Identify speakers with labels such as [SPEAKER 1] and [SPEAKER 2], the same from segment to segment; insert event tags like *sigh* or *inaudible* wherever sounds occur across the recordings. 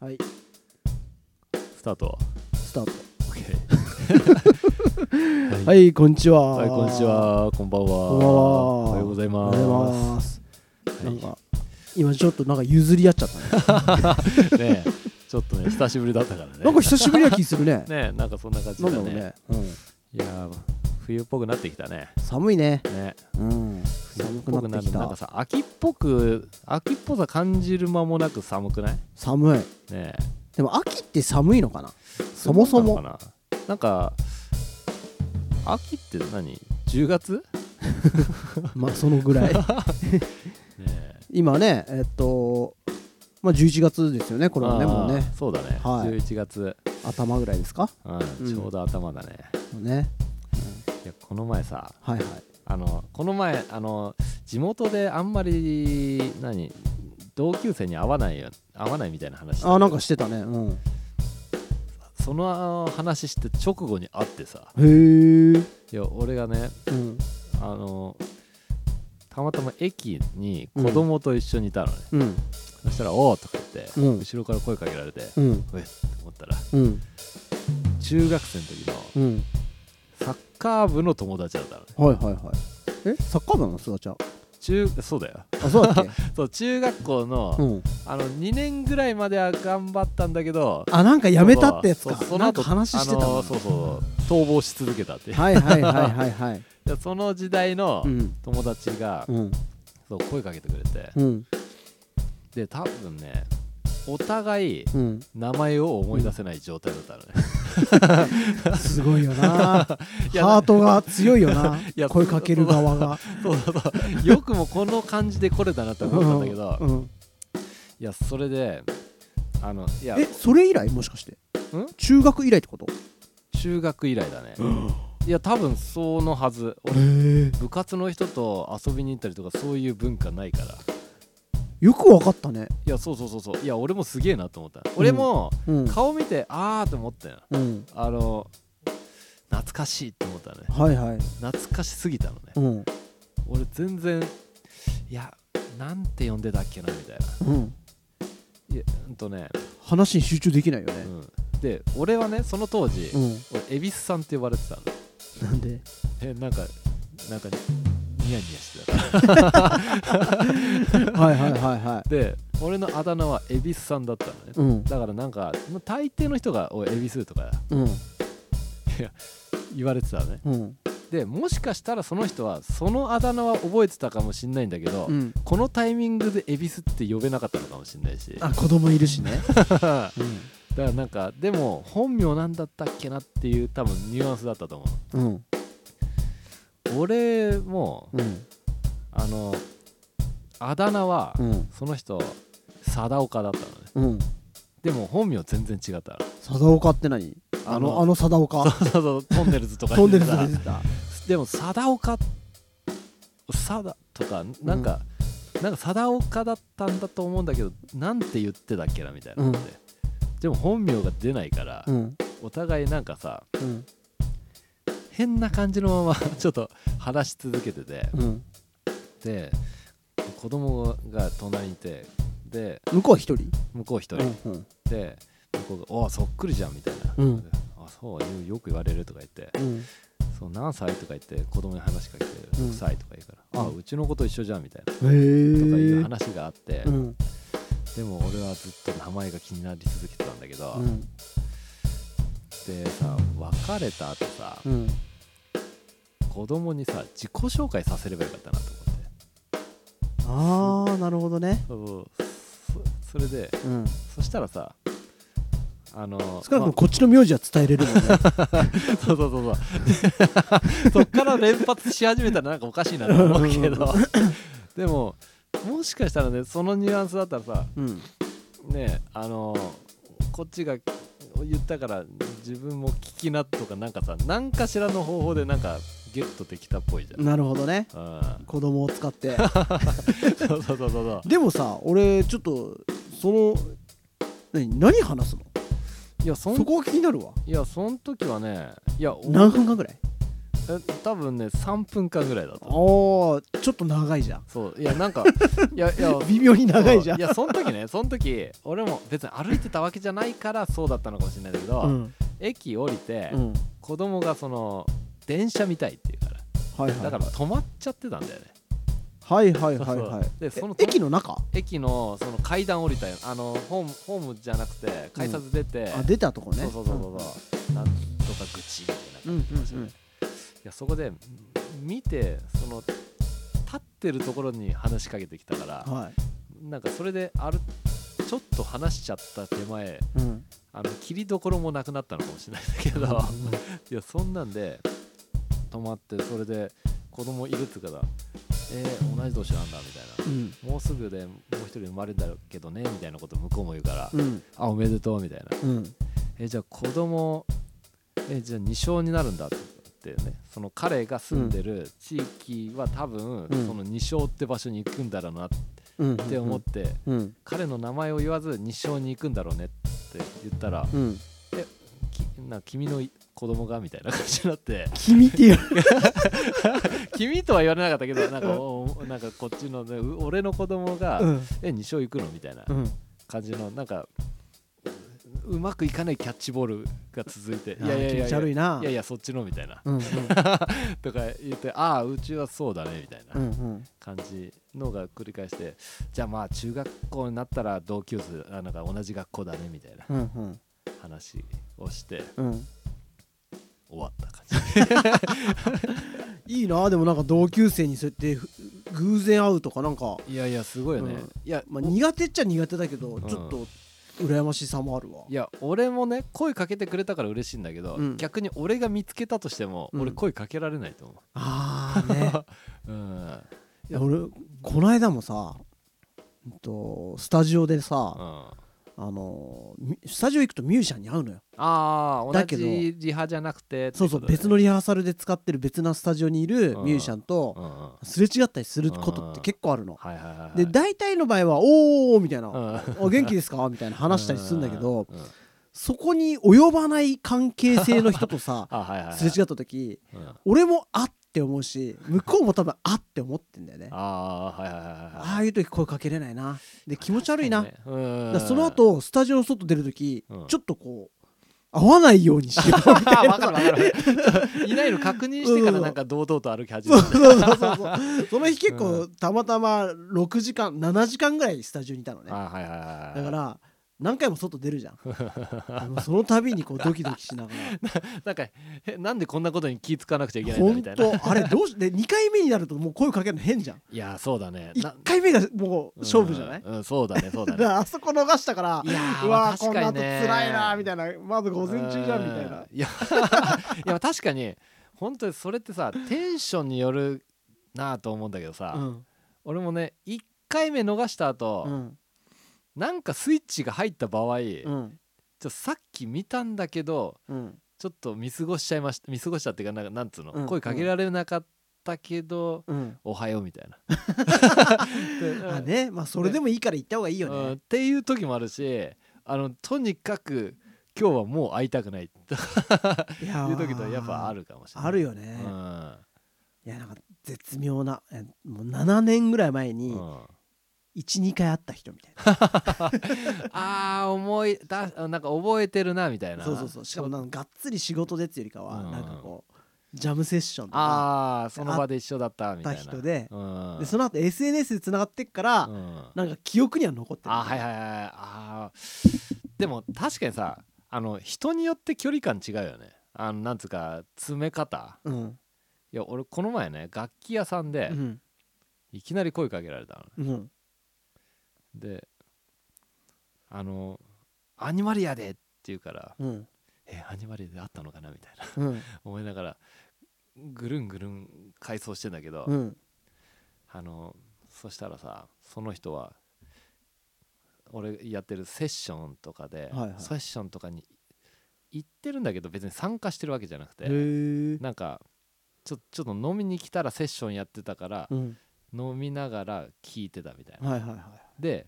[SPEAKER 1] はい
[SPEAKER 2] スタート
[SPEAKER 1] スタート
[SPEAKER 2] OK
[SPEAKER 1] はい、こんにちは
[SPEAKER 2] はいこんにちはこんばんは
[SPEAKER 1] こんばんは
[SPEAKER 2] おはようござい
[SPEAKER 1] お
[SPEAKER 2] ま
[SPEAKER 1] は
[SPEAKER 2] す
[SPEAKER 1] ようございます
[SPEAKER 2] は
[SPEAKER 1] ないんか今ちょっとなんか譲り合っちゃったね
[SPEAKER 2] *laughs* ねえちょっとね久しぶりだったからね
[SPEAKER 1] なんか久しぶりな気するね
[SPEAKER 2] ねえなん *laughs* かそんな感じ
[SPEAKER 1] な
[SPEAKER 2] だ
[SPEAKER 1] んだろう
[SPEAKER 2] ね
[SPEAKER 1] ね、うん、
[SPEAKER 2] いやー冬っぽくなってきたね
[SPEAKER 1] 寒いね、
[SPEAKER 2] ね
[SPEAKER 1] うん、寒くなってき
[SPEAKER 2] るなん
[SPEAKER 1] た
[SPEAKER 2] かさ秋っぽく秋っぽさ感じる間もなく寒くないね
[SPEAKER 1] 寒い
[SPEAKER 2] え
[SPEAKER 1] でも秋って寒いのかなそもそも
[SPEAKER 2] うなのかななんか秋って何10月
[SPEAKER 1] まあそのぐ
[SPEAKER 2] *laughs*
[SPEAKER 1] らい
[SPEAKER 2] ねえ
[SPEAKER 1] *laughs* 今ねえっとまあ11月ですよねこれはね
[SPEAKER 2] あー
[SPEAKER 1] もうね
[SPEAKER 2] そうだね、
[SPEAKER 1] はい
[SPEAKER 2] 11月、
[SPEAKER 1] 頭ぐらいですか
[SPEAKER 2] うん
[SPEAKER 1] うん
[SPEAKER 2] ちょうど頭だね
[SPEAKER 1] ね
[SPEAKER 2] いやこの前さ
[SPEAKER 1] はいはい
[SPEAKER 2] あのこの前あの地元であんまり何同級生に会わないよ会わないみたいな話
[SPEAKER 1] あなんかしてたねうん
[SPEAKER 2] そのあの話して直後に会ってさ
[SPEAKER 1] へえ
[SPEAKER 2] いや俺がね
[SPEAKER 1] うん
[SPEAKER 2] あのたまたま駅に子供と一緒にいたのね、
[SPEAKER 1] うん
[SPEAKER 2] そしたら「おう」とか言って、
[SPEAKER 1] うん
[SPEAKER 2] 後ろから声かけられて「
[SPEAKER 1] うん
[SPEAKER 2] おい」って思ったら
[SPEAKER 1] うん
[SPEAKER 2] 中学生の時の
[SPEAKER 1] うん
[SPEAKER 2] サッカー部の友達だったのね
[SPEAKER 1] はいはいはいえサッカー部なのすがちゃん
[SPEAKER 2] 中そうだよ
[SPEAKER 1] あそうだっけ
[SPEAKER 2] *laughs* そう中学校の,、
[SPEAKER 1] うん
[SPEAKER 2] あの2年ぐらいまでは頑張ったんだけど
[SPEAKER 1] あなんかやめたってやつか
[SPEAKER 2] そうその
[SPEAKER 1] なん
[SPEAKER 2] 後
[SPEAKER 1] か話してた
[SPEAKER 2] あ
[SPEAKER 1] も
[SPEAKER 2] の
[SPEAKER 1] ん
[SPEAKER 2] そうそう逃亡し続けたっていう
[SPEAKER 1] はいはいはいは
[SPEAKER 2] *laughs*
[SPEAKER 1] いはい
[SPEAKER 2] でその時代の
[SPEAKER 1] うん
[SPEAKER 2] 友達が、
[SPEAKER 1] うん
[SPEAKER 2] そう声かけてくれて、
[SPEAKER 1] うん
[SPEAKER 2] で多分ねお互い
[SPEAKER 1] うん
[SPEAKER 2] 名前を思い出せない状態だったのね、
[SPEAKER 1] すごいよな
[SPEAKER 2] *laughs* いや
[SPEAKER 1] ハートが強いよない
[SPEAKER 2] や
[SPEAKER 1] 声かける側が
[SPEAKER 2] そうそうそうよくもこの感じで来れたなと思ったんだけど、
[SPEAKER 1] うんうん
[SPEAKER 2] いやそれであのいや
[SPEAKER 1] えそれ以来もしかして
[SPEAKER 2] ん
[SPEAKER 1] 中学以来ってこと
[SPEAKER 2] 中学以来だね、いや多分そのはず俺
[SPEAKER 1] へえ
[SPEAKER 2] 部活の人と遊びに行ったりとかそういう文化ないから
[SPEAKER 1] よくわかったね
[SPEAKER 2] いやそうそうそうそういや俺もすげえなと思った、俺も
[SPEAKER 1] うん
[SPEAKER 2] 顔見てあーと思ったよ
[SPEAKER 1] うん
[SPEAKER 2] あの懐かしいって思ったね
[SPEAKER 1] はいはい
[SPEAKER 2] 懐かしすぎたのね
[SPEAKER 1] うん
[SPEAKER 2] 俺全然いやなんて呼んでたっけなみたいな
[SPEAKER 1] うん
[SPEAKER 2] いやうんとね、
[SPEAKER 1] 話に集中できないよ
[SPEAKER 2] う
[SPEAKER 1] ね
[SPEAKER 2] ん、で俺はねその当時、
[SPEAKER 1] うん
[SPEAKER 2] 俺恵比寿さんって呼ばれてたの
[SPEAKER 1] なんで
[SPEAKER 2] えなんかなんかニヤニヤしてた
[SPEAKER 1] はいはいはいは
[SPEAKER 2] で俺のあだ名は恵比寿さんだったのね
[SPEAKER 1] いうん
[SPEAKER 2] だからなんかもう大抵の人が「おい恵比寿」とか
[SPEAKER 1] うん
[SPEAKER 2] 言われてたのね
[SPEAKER 1] うん
[SPEAKER 2] でもしかしたらその人はそのあだ名は覚えてたかもしんないんだけど、
[SPEAKER 1] うん
[SPEAKER 2] このタイミングで恵比寿って呼べなかったのかもしんないし
[SPEAKER 1] あ子供いるしね
[SPEAKER 2] だか
[SPEAKER 1] うん
[SPEAKER 2] らなんかでも本名なんだったっけなっていう多分ニュアンスだったと思う
[SPEAKER 1] うん
[SPEAKER 2] 俺も
[SPEAKER 1] うん
[SPEAKER 2] あのあだ名は
[SPEAKER 1] うん
[SPEAKER 2] その人貞岡だったのね
[SPEAKER 1] うん
[SPEAKER 2] でも本名全然違 *laughs* った
[SPEAKER 1] 貞岡って何あのあの貞岡
[SPEAKER 2] のそうそうトンネルズとか
[SPEAKER 1] 飛んでる
[SPEAKER 2] 言ってた
[SPEAKER 1] 出てた
[SPEAKER 2] でも貞岡貞とかなんか、なんか貞岡だったんだと思うんだけどなんて言ってたっけなみたいなので、でも本名が出ないから、
[SPEAKER 1] うん
[SPEAKER 2] お互いなんかさ
[SPEAKER 1] うん
[SPEAKER 2] 変な感じのま *laughs* まちょっと話し続けてて、
[SPEAKER 1] うん
[SPEAKER 2] で子供が隣にいてで
[SPEAKER 1] 向こうは一人
[SPEAKER 2] 向こう一
[SPEAKER 1] う
[SPEAKER 2] 人、
[SPEAKER 1] んうん
[SPEAKER 2] で向こうが「おーそっくりじゃん」みたいな「
[SPEAKER 1] うん
[SPEAKER 2] あそうよよく言われる」とか言って
[SPEAKER 1] うん
[SPEAKER 2] 「そう何歳?」とか言って子供に話しかけて「
[SPEAKER 1] うん
[SPEAKER 2] 6歳」とか言うから「あ
[SPEAKER 1] うん
[SPEAKER 2] うちの子と一緒じゃん」みたいな。
[SPEAKER 1] へえ
[SPEAKER 2] とかいう話があって、
[SPEAKER 1] うん
[SPEAKER 2] でも俺はずっと名前が気になり続けてたんだけど、
[SPEAKER 1] うん
[SPEAKER 2] でさ別れた後さ、
[SPEAKER 1] うん
[SPEAKER 2] 子供にさ自己紹介させればよかったなと思って
[SPEAKER 1] ああなるほどね
[SPEAKER 2] そうそそれで
[SPEAKER 1] うん
[SPEAKER 2] そしたらさあの
[SPEAKER 1] 少なくと
[SPEAKER 2] ま
[SPEAKER 1] もこっちの名字は伝えれるもんね
[SPEAKER 2] あそうそうそう *laughs* そうでそっから連発し始めたらなんかおかしいなと思うけどでももしかしたらねそのニュアンスだったらさ
[SPEAKER 1] うん
[SPEAKER 2] ねあのこっちが言ったから自分も聞きなとかなんかさ何かしらの方法でなんかゲットできたっぽいじゃん、うん、
[SPEAKER 1] なるほどね子供を使って
[SPEAKER 2] そうそうそうそうそう
[SPEAKER 1] でもさ俺ちょっとその何何話すの
[SPEAKER 2] いやそん
[SPEAKER 1] そこが気になるわ
[SPEAKER 2] いやそん時はねいやお
[SPEAKER 1] 何分間ぐらい
[SPEAKER 2] え多分ね3分間ぐらいだと思う
[SPEAKER 1] おーちょっと長いじゃん
[SPEAKER 2] そういやなんかいやいや
[SPEAKER 1] 微妙に *laughs* 長いじゃん
[SPEAKER 2] そういやその時ねその時俺も別に歩いてたわけじゃないからそうだったのかもしれないけど、
[SPEAKER 1] うん
[SPEAKER 2] 駅降りて、
[SPEAKER 1] うん
[SPEAKER 2] 子供がその電車見たいっていうから
[SPEAKER 1] はいはい
[SPEAKER 2] だから止まっちゃってたんだよね
[SPEAKER 1] はいはいは
[SPEAKER 2] そ
[SPEAKER 1] いは
[SPEAKER 2] うそう
[SPEAKER 1] い
[SPEAKER 2] でその
[SPEAKER 1] え駅の中
[SPEAKER 2] 駅のその階段降りたよあのホームホームじゃなくて改札出て、
[SPEAKER 1] あ出たとこね
[SPEAKER 2] そうそうそうそうそうなんとか愚痴みたいな感じでしたね
[SPEAKER 1] うんうんうん
[SPEAKER 2] いやそこで見てその立ってるところに話しかけてきたから
[SPEAKER 1] は
[SPEAKER 2] なんかそれであるちょっと話しちゃった手前
[SPEAKER 1] いうん
[SPEAKER 2] あの切りどころもなくなったのかもしれないんだけどいやそんなんで止まってそれで子供いるって言うからえー同じ年なんだみたいな
[SPEAKER 1] うん
[SPEAKER 2] もうすぐでもう一人生まれるんだけどねみたいなこと向こうも言うから、
[SPEAKER 1] うん
[SPEAKER 2] あおめでとうみたいな
[SPEAKER 1] うん
[SPEAKER 2] えじゃあ子供えじゃあ2勝になるんだって言ってねその彼が住んでる地域は多分、
[SPEAKER 1] うん
[SPEAKER 2] その2勝って場所に行くんだろうなっ
[SPEAKER 1] うんって
[SPEAKER 2] 思って、
[SPEAKER 1] うん
[SPEAKER 2] 彼の名前を言わず2勝に行くんだろうねって言ったら、
[SPEAKER 1] うん
[SPEAKER 2] きな君の子供がみたいな感じになって *laughs*
[SPEAKER 1] 君っていう
[SPEAKER 2] 君とは言われなかったけどなんか,お、なんかこっちの、ね、う俺の子供が、
[SPEAKER 1] *laughs* うん
[SPEAKER 2] え2勝行くのみたいな。
[SPEAKER 1] うん
[SPEAKER 2] 感じのなんかううまくいかないキャッチボールが続いて
[SPEAKER 1] あー気持ち悪いない
[SPEAKER 2] やいやそっちのみたいな
[SPEAKER 1] うんうん
[SPEAKER 2] とか言ってああうちはそうだねみたいうなん
[SPEAKER 1] うん
[SPEAKER 2] 感じのが繰り返してじゃあまあ中学校になったら同級生あなんか同じ学校だねみたいな
[SPEAKER 1] うんうん
[SPEAKER 2] 話をして
[SPEAKER 1] うん
[SPEAKER 2] 終わった感じ
[SPEAKER 1] いいなでもなんか同級生にそうやってふ偶然会うとかなんか、
[SPEAKER 2] いやいやすごいよね、
[SPEAKER 1] うん
[SPEAKER 2] いや、
[SPEAKER 1] まあ、
[SPEAKER 2] お
[SPEAKER 1] 苦手っちゃ苦手だけど、
[SPEAKER 2] ん
[SPEAKER 1] ちょっと羨ましさもあるわ
[SPEAKER 2] いや俺もね声かけてくれたから嬉しいんだけど、
[SPEAKER 1] うん
[SPEAKER 2] 逆に俺が見つけたとしても、
[SPEAKER 1] うん
[SPEAKER 2] 俺声かけられないと思
[SPEAKER 1] ああね
[SPEAKER 2] う、うん
[SPEAKER 1] *laughs* いや俺この間もさ、うんと、スタジオで
[SPEAKER 2] う
[SPEAKER 1] さ、
[SPEAKER 2] ん
[SPEAKER 1] あのみスタジオ行くとミュージシャンに会うのよ
[SPEAKER 2] ああ
[SPEAKER 1] だ
[SPEAKER 2] 同
[SPEAKER 1] けど
[SPEAKER 2] じリハじゃなくてって
[SPEAKER 1] そ
[SPEAKER 2] いうこ
[SPEAKER 1] そ
[SPEAKER 2] と
[SPEAKER 1] う
[SPEAKER 2] だね
[SPEAKER 1] 別のリハーサルで使ってる別なスタジオにいる
[SPEAKER 2] うん
[SPEAKER 1] ミュージシャンと
[SPEAKER 2] うんうんは
[SPEAKER 1] すれ違ったりすることって結構ある
[SPEAKER 2] い
[SPEAKER 1] の
[SPEAKER 2] はいはいはい
[SPEAKER 1] で大体の場合は「おー」みたいな
[SPEAKER 2] うん
[SPEAKER 1] 「お元気です
[SPEAKER 2] *laughs*
[SPEAKER 1] か?」みたいな話したりするんだけど
[SPEAKER 2] うんうん
[SPEAKER 1] そこに及ばない関係性の人とさ
[SPEAKER 2] あ *laughs* はいはいはい
[SPEAKER 1] すれ違った時
[SPEAKER 2] うんあ
[SPEAKER 1] 俺もあって思うし向こうも多分あって思ってんだよねあ
[SPEAKER 2] あはいはいはい
[SPEAKER 1] あ
[SPEAKER 2] はい
[SPEAKER 1] いう時声かけれないなで気持ち悪いな、
[SPEAKER 2] 確かにねうん
[SPEAKER 1] だからその後スタジオの外出る時、
[SPEAKER 2] うん
[SPEAKER 1] ちょっとこう会わないようにしよう
[SPEAKER 2] あー *laughs* わかるわかる *laughs* いないの確認してからなんか堂々と歩き始め
[SPEAKER 1] そ
[SPEAKER 2] る
[SPEAKER 1] うそうそうそう
[SPEAKER 2] *laughs*
[SPEAKER 1] その日結構、たまたま6時間7時間ぐらいスタジオにいたのね
[SPEAKER 2] あーはいはいはいはい
[SPEAKER 1] だから何回も外出
[SPEAKER 2] *laughs*
[SPEAKER 1] るじゃんあのその度にこうドキドキしながら
[SPEAKER 2] なんかえなんでこんなことに気付かなくちゃいけないんだ
[SPEAKER 1] 本
[SPEAKER 2] みたいな
[SPEAKER 1] 当あれどうしで2回目になるともう声かけるの変じゃん
[SPEAKER 2] いやそうだねな
[SPEAKER 1] 1回目がもう勝負じゃない、
[SPEAKER 2] うんうんそうだねそうだ
[SPEAKER 1] だ
[SPEAKER 2] ね
[SPEAKER 1] からあそこ逃したから
[SPEAKER 2] いやー
[SPEAKER 1] うわー
[SPEAKER 2] 確
[SPEAKER 1] こんな
[SPEAKER 2] か
[SPEAKER 1] 後
[SPEAKER 2] にね
[SPEAKER 1] 辛いなーみたいなまず午前中じゃんみたいな
[SPEAKER 2] うんいやいや確かに本当にそれってさテンションによるなあと思うんだけどさ、
[SPEAKER 1] うん
[SPEAKER 2] 俺もね1回目逃した後、
[SPEAKER 1] うん
[SPEAKER 2] なんかスイッチが入った場合、ち
[SPEAKER 1] う
[SPEAKER 2] ょ
[SPEAKER 1] ん
[SPEAKER 2] っとさっき見たんだけど
[SPEAKER 1] うん
[SPEAKER 2] ちょっと見過ごしちゃいました見過ごしたっていうかなんかなんつうの、
[SPEAKER 1] うん
[SPEAKER 2] 声かけられなかったけど、
[SPEAKER 1] うん
[SPEAKER 2] おはようみた
[SPEAKER 1] *laughs*
[SPEAKER 2] いな。 *laughs* で
[SPEAKER 1] あねまあそれでもいいから行った方がいいよ
[SPEAKER 2] うんっ
[SPEAKER 1] ね
[SPEAKER 2] ていう時もあるしあのとにかく今日はもう会いたくないって
[SPEAKER 1] いやー
[SPEAKER 2] いう時とやっぱあるかもしれない。
[SPEAKER 1] あるよね
[SPEAKER 2] うん
[SPEAKER 1] いやなんか絶妙なえもう7年ぐらい前に
[SPEAKER 2] うん
[SPEAKER 1] 12回会った人みたい
[SPEAKER 2] あー思いだなんか覚えてるなみたい
[SPEAKER 1] な
[SPEAKER 2] な
[SPEAKER 1] そうそうそうしかもなんかがっつり仕事でっていうよりかは
[SPEAKER 2] うん
[SPEAKER 1] なんかこうジャムセッションとか
[SPEAKER 2] ああその場で一緒だったみたいな
[SPEAKER 1] 会った人で
[SPEAKER 2] うん、
[SPEAKER 1] でその後 SNS でつながってっから
[SPEAKER 2] うん
[SPEAKER 1] なんか記憶には残ってる
[SPEAKER 2] あはいはいはいあーでも確かにさあの人によって距離感違うよねあのなんつうか詰め方
[SPEAKER 1] うん
[SPEAKER 2] いや俺この前ね楽器屋さんで
[SPEAKER 1] うん
[SPEAKER 2] いきなり声かけられたのね
[SPEAKER 1] うん
[SPEAKER 2] であの「アニマリアで」って言うから
[SPEAKER 1] うん
[SPEAKER 2] 「えアニマリアであったのかな?」みたいな *laughs*
[SPEAKER 1] うん
[SPEAKER 2] 思いながらぐるんぐるん回想してんだけど、
[SPEAKER 1] うん
[SPEAKER 2] あのそしたらさその人は俺やってるセッションとかで、
[SPEAKER 1] はいはい
[SPEAKER 2] セッションとかに行ってるんだけど別に参加してるわけじゃなくて
[SPEAKER 1] へえ
[SPEAKER 2] なんかちょちょっと飲みに来たらセッションやってたから、
[SPEAKER 1] うん
[SPEAKER 2] 飲みながら聞いてたみたいな。
[SPEAKER 1] はいはいはい
[SPEAKER 2] で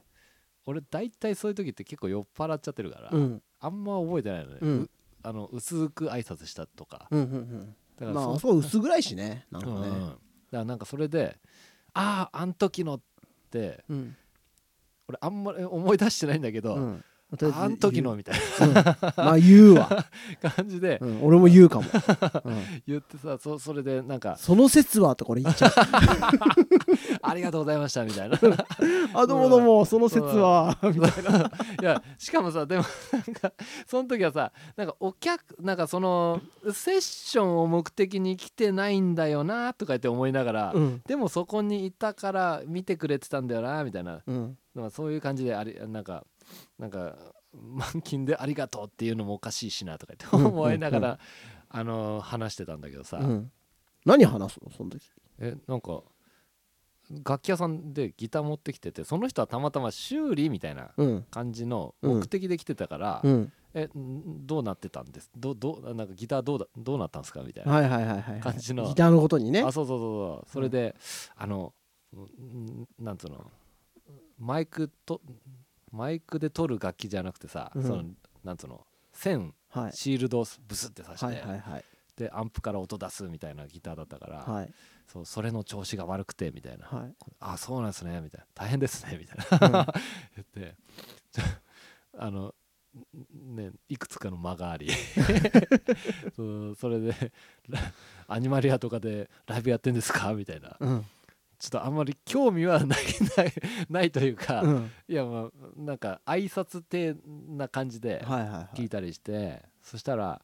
[SPEAKER 2] 俺大体そういう時って結構酔っ払っちゃってるから、
[SPEAKER 1] うん
[SPEAKER 2] あんま覚えてないのね、
[SPEAKER 1] うん
[SPEAKER 2] うあの薄く挨拶したとか
[SPEAKER 1] うんうん
[SPEAKER 2] だから
[SPEAKER 1] ま
[SPEAKER 2] そ
[SPEAKER 1] あそう薄暗いしねなんか
[SPEAKER 2] うんうん
[SPEAKER 1] ね
[SPEAKER 2] だからなんかそれで「あああん時の」って
[SPEAKER 1] うん
[SPEAKER 2] 俺あんまり *laughs* 思い出してないんだけど「
[SPEAKER 1] うん
[SPEAKER 2] あん時の」みたい
[SPEAKER 1] うんまあ言う *laughs* わ
[SPEAKER 2] な感じで
[SPEAKER 1] うん俺も言うかもうん
[SPEAKER 2] 言ってさそそれでなんか
[SPEAKER 1] その説はとか俺言っちゃう
[SPEAKER 2] 「ありがとうございました」みたいな
[SPEAKER 1] *laughs* あどうもどうもその説は
[SPEAKER 2] いやしかもさでもなんかその時はさなんかお客なんかそのセッションを目的に来てないんだよなとか言って思いながら、
[SPEAKER 1] うん
[SPEAKER 2] でもそこにいたから見てくれてたんだよなみたいな
[SPEAKER 1] うん
[SPEAKER 2] まあ、そういう感じでありなんかなんか満勤で「ありがとう」っていうのもおかしいしなとか言っ
[SPEAKER 1] うん
[SPEAKER 2] て
[SPEAKER 1] うんうん
[SPEAKER 2] 思いながら、あの話してたんだけどさ、
[SPEAKER 1] うん何話すのその時
[SPEAKER 2] えなんか楽器屋さんでギター持ってきててその人はたまたま修理みたいな
[SPEAKER 1] うん
[SPEAKER 2] 感じの
[SPEAKER 1] うん
[SPEAKER 2] 目的で来てたから「
[SPEAKER 1] うん
[SPEAKER 2] えんどうなってたんですどどうなんかギターどうだどうなったんですか?」みたいな、
[SPEAKER 1] はいはいはいはい
[SPEAKER 2] 感じの
[SPEAKER 1] ギターのことにね
[SPEAKER 2] あそうそうそうそうそれで、あのんなんつうのマイクとマイクで取る楽器じゃなくてさ、
[SPEAKER 1] うん
[SPEAKER 2] そのなんつうの線
[SPEAKER 1] はい
[SPEAKER 2] シールドをブスって刺して、
[SPEAKER 1] はいはいはい
[SPEAKER 2] でアンプから音出すみたいなギターだったから、
[SPEAKER 1] はい
[SPEAKER 2] そうそれの調子が悪くてみたいな、
[SPEAKER 1] はい
[SPEAKER 2] あそうなんですねみたいな大変ですねみたいな、 *laughs* 言ってちょあのねいくつかの間があり *laughs* そうそれでラアニマリアとかでライブやってんですかみたいな
[SPEAKER 1] うん
[SPEAKER 2] ちょっとあんまり興味はないないないというか、
[SPEAKER 1] うん
[SPEAKER 2] いやまあなんか挨拶てな感じで
[SPEAKER 1] はいはいはい
[SPEAKER 2] 聞いたりして、そしたら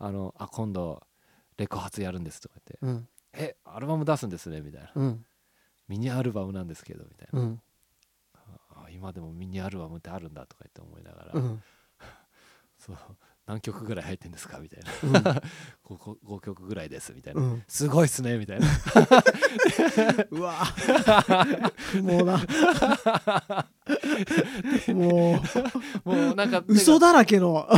[SPEAKER 2] あのあ今度レコ発やるんですとか言って
[SPEAKER 1] うん
[SPEAKER 2] 「えアルバム出すんですね」みたいな
[SPEAKER 1] うん
[SPEAKER 2] 「ミニアルバムなんですけど」みたいな。
[SPEAKER 1] うん
[SPEAKER 2] あ今でもミニアルバムってあるんだとか言って思いながら、
[SPEAKER 1] うん
[SPEAKER 2] そう何曲ぐらい入ってんですかみたいな
[SPEAKER 1] うん
[SPEAKER 2] *laughs* ここ5曲ぐらいですみたいな、
[SPEAKER 1] うん
[SPEAKER 2] すごいっすねみたいな
[SPEAKER 1] *laughs* うわ不毛 *laughs* だも
[SPEAKER 2] もう
[SPEAKER 1] *laughs*
[SPEAKER 2] なんか
[SPEAKER 1] う嘘だらけの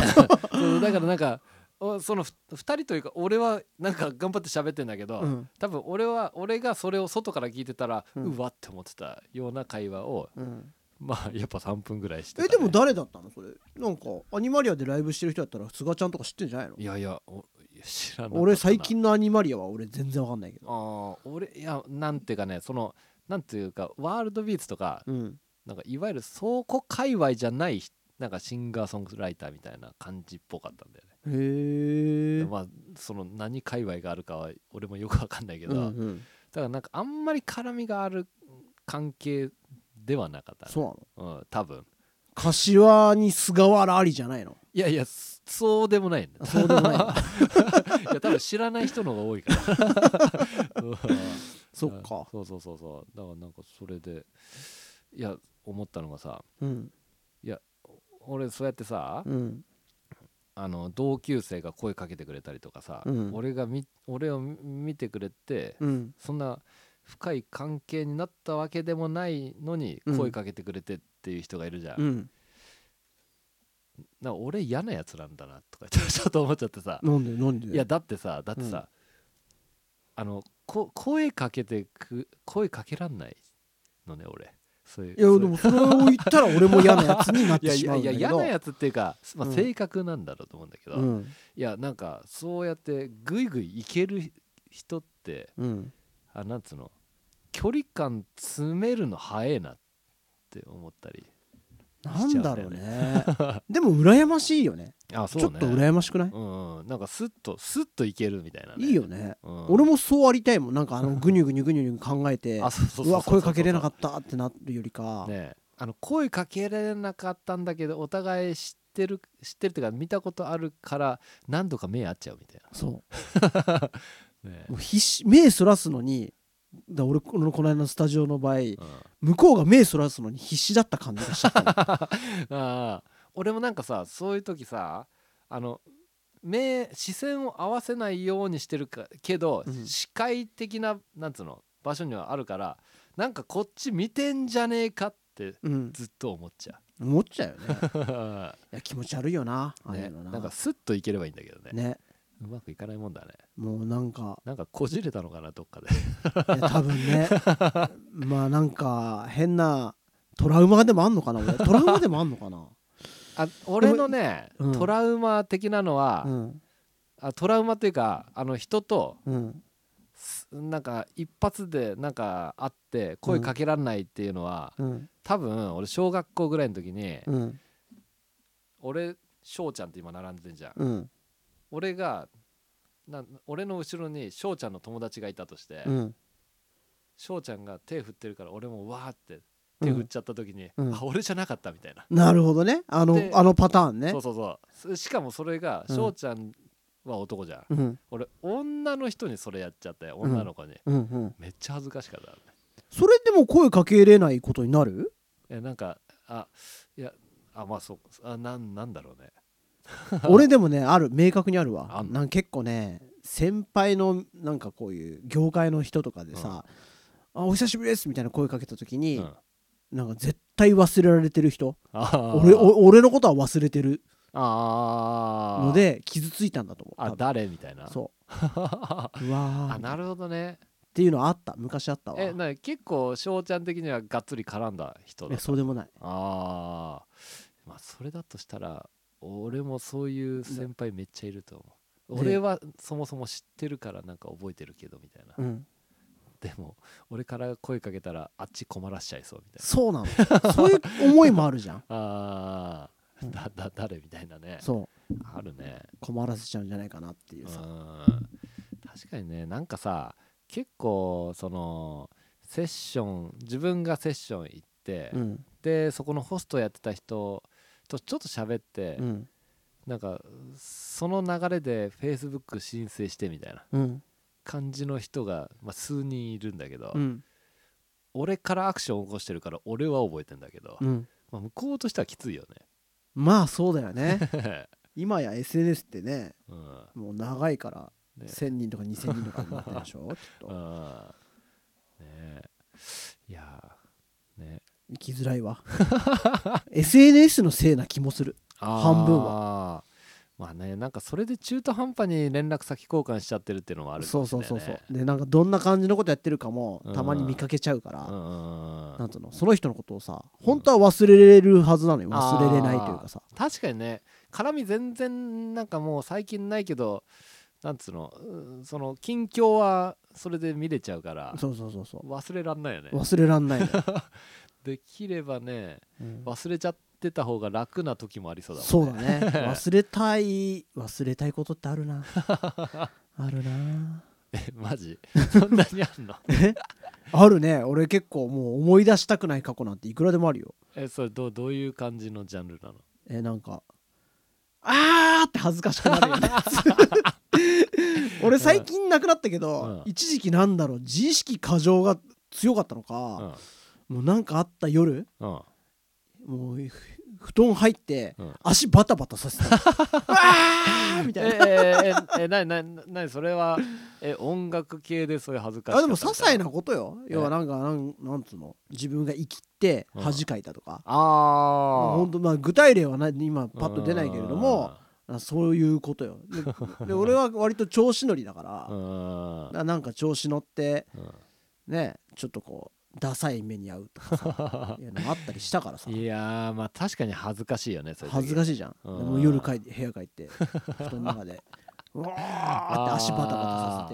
[SPEAKER 2] そうだからなんかおそのふ2人というか俺はなんか頑張って喋ってんだけど、
[SPEAKER 1] うん
[SPEAKER 2] 多分俺は俺がそれを外から聞いてたら、
[SPEAKER 1] う
[SPEAKER 2] うんわって思ってたような会話を
[SPEAKER 1] うん
[SPEAKER 2] まあやっぱ3分ぐらいしてた
[SPEAKER 1] え
[SPEAKER 2] ね、
[SPEAKER 1] でも誰だったのそれなんかアニマリアでライブしてる人だったら菅ちゃんとか知ってんじゃないの
[SPEAKER 2] いやいやおいや知らなかったな
[SPEAKER 1] 俺最近のアニマリアは俺全然わかんないけど
[SPEAKER 2] あー俺いやなんていうかねそのなんていうかワールドビーツとか
[SPEAKER 1] うん
[SPEAKER 2] なんかいわゆる倉庫界隈じゃないひなんかシンガーソングライターみたいな感じっぽかったんだよね。
[SPEAKER 1] へえ
[SPEAKER 2] まあその何界隈があるかは俺もよくわかんないけど、
[SPEAKER 1] うんう
[SPEAKER 2] だ
[SPEAKER 1] ん、
[SPEAKER 2] からなんかあんまり絡みがある関係ではなかったね、
[SPEAKER 1] そうなの
[SPEAKER 2] うん、多分
[SPEAKER 1] 柏に菅原ありじゃないの
[SPEAKER 2] いやいやそそうでもないん
[SPEAKER 1] *laughs*
[SPEAKER 2] だ、
[SPEAKER 1] あそうでもないの
[SPEAKER 2] いや多分知らない人の方が多いからうん
[SPEAKER 1] *laughs* そっか
[SPEAKER 2] そうそうそうそうだからなんかそれでいや思ったのがさ
[SPEAKER 1] うん
[SPEAKER 2] 俺そうやってさ、
[SPEAKER 1] うん
[SPEAKER 2] あの同級生が声かけてくれたりとかさ、
[SPEAKER 1] うん
[SPEAKER 2] 俺がみ俺を見見てくれて、
[SPEAKER 1] うん
[SPEAKER 2] そんな深い関係になったわけでもないのに
[SPEAKER 1] うん
[SPEAKER 2] 声かけてくれてっていう人がいるじゃん、
[SPEAKER 1] うん
[SPEAKER 2] なんか俺嫌なやつなんだなとか *laughs* ちょっと思っちゃってさ、
[SPEAKER 1] なんでなんで
[SPEAKER 2] いやだってさだってさ、あのこ声かけてく声かけらんないのね俺そういう
[SPEAKER 1] いや
[SPEAKER 2] そう
[SPEAKER 1] でもそれを言ったら俺も嫌なやつになっ
[SPEAKER 2] い
[SPEAKER 1] て
[SPEAKER 2] やい
[SPEAKER 1] しま
[SPEAKER 2] や
[SPEAKER 1] うん
[SPEAKER 2] い
[SPEAKER 1] だ
[SPEAKER 2] や
[SPEAKER 1] けど
[SPEAKER 2] 嫌なやつっていうか、まあ、
[SPEAKER 1] うん
[SPEAKER 2] 性格なんだろうと思うんだけど、
[SPEAKER 1] うん
[SPEAKER 2] いやなんかそうやってぐいぐいいける人って
[SPEAKER 1] うん
[SPEAKER 2] あなんつうの距離感詰めるの早えなって思ったり
[SPEAKER 1] なんだろうねでも羨ましいよね
[SPEAKER 2] あそ
[SPEAKER 1] ちょっと羨ましくない、
[SPEAKER 2] うんうんなんかスッとスッといけるみたいな、ね、
[SPEAKER 1] いいよね、
[SPEAKER 2] うん、
[SPEAKER 1] 俺もそうありたいもんなんかあのぐにゅぐにゅぐにゅぐにゅ考えて
[SPEAKER 2] あそうそうそうそう
[SPEAKER 1] うわ声かけれなかったってなるよりか、
[SPEAKER 2] ねえあの声かけられなかったんだけどお互い知ってる知ってるっていうか見たことあるから何度か目合っちゃうみたい
[SPEAKER 1] そ
[SPEAKER 2] なね
[SPEAKER 1] うもう必死目そらすのにだ俺このこの間のスタジオの場合
[SPEAKER 2] え、うん、
[SPEAKER 1] 向こうが目そらすのに必死だった感じがしちゃったの
[SPEAKER 2] ああ俺もなんかさそういう時さあの目視線を合わせないようにしてるかけど、
[SPEAKER 1] うん
[SPEAKER 2] 視界的ななんつうの場所にはあるからなんかこっち見てんじゃねえかって
[SPEAKER 1] うん
[SPEAKER 2] ずっと思っち
[SPEAKER 1] *laughs*
[SPEAKER 2] ゃ
[SPEAKER 1] 思っちゃうよね
[SPEAKER 2] う、ね
[SPEAKER 1] いや気持ち悪いよなああいうのな,、
[SPEAKER 2] なんかスッといければいいんだけどね
[SPEAKER 1] ね
[SPEAKER 2] うまくいかないもんだね
[SPEAKER 1] もうなんか
[SPEAKER 2] なんかこじれたのかなどっかで
[SPEAKER 1] いや多分ねまあなんか変なトラウマでもあんのかな俺トラウマでもあんのかな、
[SPEAKER 2] あ俺のね、
[SPEAKER 1] うん
[SPEAKER 2] トラウマ的なのは、
[SPEAKER 1] うん、
[SPEAKER 2] あトラウマというかあの人と
[SPEAKER 1] うん
[SPEAKER 2] すなんか一発でなんか会って声かけられないっていうのは、
[SPEAKER 1] うん
[SPEAKER 2] 多分俺小学校ぐらいの時に、
[SPEAKER 1] うん
[SPEAKER 2] 俺翔ちゃんって今並んでんじゃん、
[SPEAKER 1] うん
[SPEAKER 2] 俺がなん俺の後ろに翔ちゃんの友達がいたとして
[SPEAKER 1] うん
[SPEAKER 2] 翔、ちゃんが手振ってるから俺もわーって手振っちゃった時に、
[SPEAKER 1] うん
[SPEAKER 2] あ俺じゃなかったみたいな、
[SPEAKER 1] なるほどねあの
[SPEAKER 2] で
[SPEAKER 1] あのパターンね
[SPEAKER 2] そうそうそうすしかもそれが
[SPEAKER 1] うん
[SPEAKER 2] 翔ちゃんは男じゃん、
[SPEAKER 1] うん
[SPEAKER 2] 俺女の人にそれやっちゃって女の子に、
[SPEAKER 1] うんうん
[SPEAKER 2] めっちゃ恥ずかしかったね
[SPEAKER 1] それでも声かけれないことに
[SPEAKER 2] *laughs*
[SPEAKER 1] なる
[SPEAKER 2] えなんかあいやあまあそうあなんなんだろうね
[SPEAKER 1] 俺でもねある明確にある
[SPEAKER 2] あ
[SPEAKER 1] わ
[SPEAKER 2] んの
[SPEAKER 1] なんか結構ね先輩のなんかこういう業界の人とかでさ「あお久しぶりです」みたいな声かけた時に、
[SPEAKER 2] うん
[SPEAKER 1] なんか絶対忘れられてる人
[SPEAKER 2] あー
[SPEAKER 1] 俺お俺のことは忘れてる
[SPEAKER 2] あー
[SPEAKER 1] ので傷ついたんだと思う
[SPEAKER 2] あ
[SPEAKER 1] 多分
[SPEAKER 2] 誰みたいな
[SPEAKER 1] そ
[SPEAKER 2] *laughs*
[SPEAKER 1] ううわ
[SPEAKER 2] あ
[SPEAKER 1] ーっ
[SPEAKER 2] なるほどね
[SPEAKER 1] ていうのあった昔あったわ
[SPEAKER 2] えなに結構翔ちゃん的にはがっつり絡んだ人
[SPEAKER 1] い
[SPEAKER 2] だ
[SPEAKER 1] やそうでもない
[SPEAKER 2] あーまあそれだとしたら俺もそういう先輩めっちゃいると思う、
[SPEAKER 1] ね
[SPEAKER 2] 俺はそもそも知ってるからなんか覚えてるけどみたいな、 *laughs*
[SPEAKER 1] うん
[SPEAKER 2] でも俺から声かけたらあっち困らしちゃいそうみたいな
[SPEAKER 1] そうなのそういう思いもあるじ
[SPEAKER 2] *laughs*
[SPEAKER 1] ゃん
[SPEAKER 2] あー、
[SPEAKER 1] うん
[SPEAKER 2] だだ誰みたいなね
[SPEAKER 1] そう
[SPEAKER 2] あるね
[SPEAKER 1] 困らせちゃうんじゃないかなっていううんさ
[SPEAKER 2] 確かにねなんかさ結構そのセッション自分がセッション行って、
[SPEAKER 1] うん
[SPEAKER 2] でそこのホストやってた人とちょっと喋って、
[SPEAKER 1] うん
[SPEAKER 2] なんかその流れで Facebook 申請してみたいな
[SPEAKER 1] うん
[SPEAKER 2] 感じの人が、まあ、数人いるんだけど、
[SPEAKER 1] うん
[SPEAKER 2] 俺からアクション起こしてるから俺は覚えてんだけど、
[SPEAKER 1] うん
[SPEAKER 2] まあ、向こうとしてはきついよ
[SPEAKER 1] まあそうだよね *laughs*
[SPEAKER 2] ね、 *laughs*
[SPEAKER 1] 今や SNS ってね
[SPEAKER 2] うん
[SPEAKER 1] もう長いから
[SPEAKER 2] ね
[SPEAKER 1] 1000人とか2000人とかになってるで *laughs* しょきっと
[SPEAKER 2] あーねえいやーね
[SPEAKER 1] 生きづらい *laughs* わ SNS のせいな気もする半分
[SPEAKER 2] はまあねなんかそれで中途半端に連絡先交換しちゃってるっていうのもあるか
[SPEAKER 1] そ
[SPEAKER 2] も
[SPEAKER 1] う
[SPEAKER 2] しれ
[SPEAKER 1] そう
[SPEAKER 2] ない、ね、
[SPEAKER 1] そうそうでなんかどんな感じのことやってるかも
[SPEAKER 2] うん
[SPEAKER 1] たまに見かけちゃうから、
[SPEAKER 2] うんうんうん
[SPEAKER 1] なんつうのその人のことをさ本当は忘れれるはずなのよ忘れれないというかさ
[SPEAKER 2] 確かにね絡み全然なんかもう最近ないけどなんつうのうんその近況はそれで見れちゃうから
[SPEAKER 1] そうそうそうそ
[SPEAKER 2] 忘れらんないよね
[SPEAKER 1] う忘れらんない *laughs* のよ、
[SPEAKER 2] できればね
[SPEAKER 1] うん
[SPEAKER 2] 忘れちゃってた方が楽な時もありそうだもん
[SPEAKER 1] そうだね
[SPEAKER 2] *laughs*
[SPEAKER 1] 忘れたい忘れたいことってあるなあるな
[SPEAKER 2] え *laughs* マジそんなにあんの *laughs*
[SPEAKER 1] あるね俺結構もう思い出したくない過去なんていくらでもあるよ
[SPEAKER 2] えそれどうどういう感じのジャンルなの
[SPEAKER 1] えなんかあーって恥ずかしくなる
[SPEAKER 2] *laughs*
[SPEAKER 1] よね俺最近なくなったけど、
[SPEAKER 2] うん
[SPEAKER 1] 一時期なんだろう自意識過剰が強かったの
[SPEAKER 2] う
[SPEAKER 1] か、
[SPEAKER 2] ん
[SPEAKER 1] もうなんかあった夜
[SPEAKER 2] うん
[SPEAKER 1] もうふ布団入って、
[SPEAKER 2] うん
[SPEAKER 1] 足バタバタ
[SPEAKER 2] *laughs*
[SPEAKER 1] させたのわーみ
[SPEAKER 2] え
[SPEAKER 1] たいな、
[SPEAKER 2] ええ
[SPEAKER 1] *laughs*
[SPEAKER 2] えなになになにそれはえ音楽系でそういう恥ずかし
[SPEAKER 1] あ
[SPEAKER 2] さ
[SPEAKER 1] でも些細な
[SPEAKER 2] あ
[SPEAKER 1] ことよ要はなんかなんなんつうの自分が生きて
[SPEAKER 2] うん
[SPEAKER 1] 恥かいたとか、まあ
[SPEAKER 2] あー
[SPEAKER 1] ほんとまあ具体例はな今パッと出ないけれども、あそういうことよで
[SPEAKER 2] *laughs*
[SPEAKER 1] で俺は割と調子乗りだから、
[SPEAKER 2] うんうん
[SPEAKER 1] ななんか調子乗って
[SPEAKER 2] うん
[SPEAKER 1] ねちょっとこうダサい目に遭うと
[SPEAKER 2] *laughs*
[SPEAKER 1] かさいうのもあったりしたからさ
[SPEAKER 2] いやーまあ確かに恥ずかしいよねそ
[SPEAKER 1] 恥ず
[SPEAKER 2] しい
[SPEAKER 1] かしいじゃんで
[SPEAKER 2] うん
[SPEAKER 1] もう夜帰って部屋帰って布団の中でうわーって足バタバ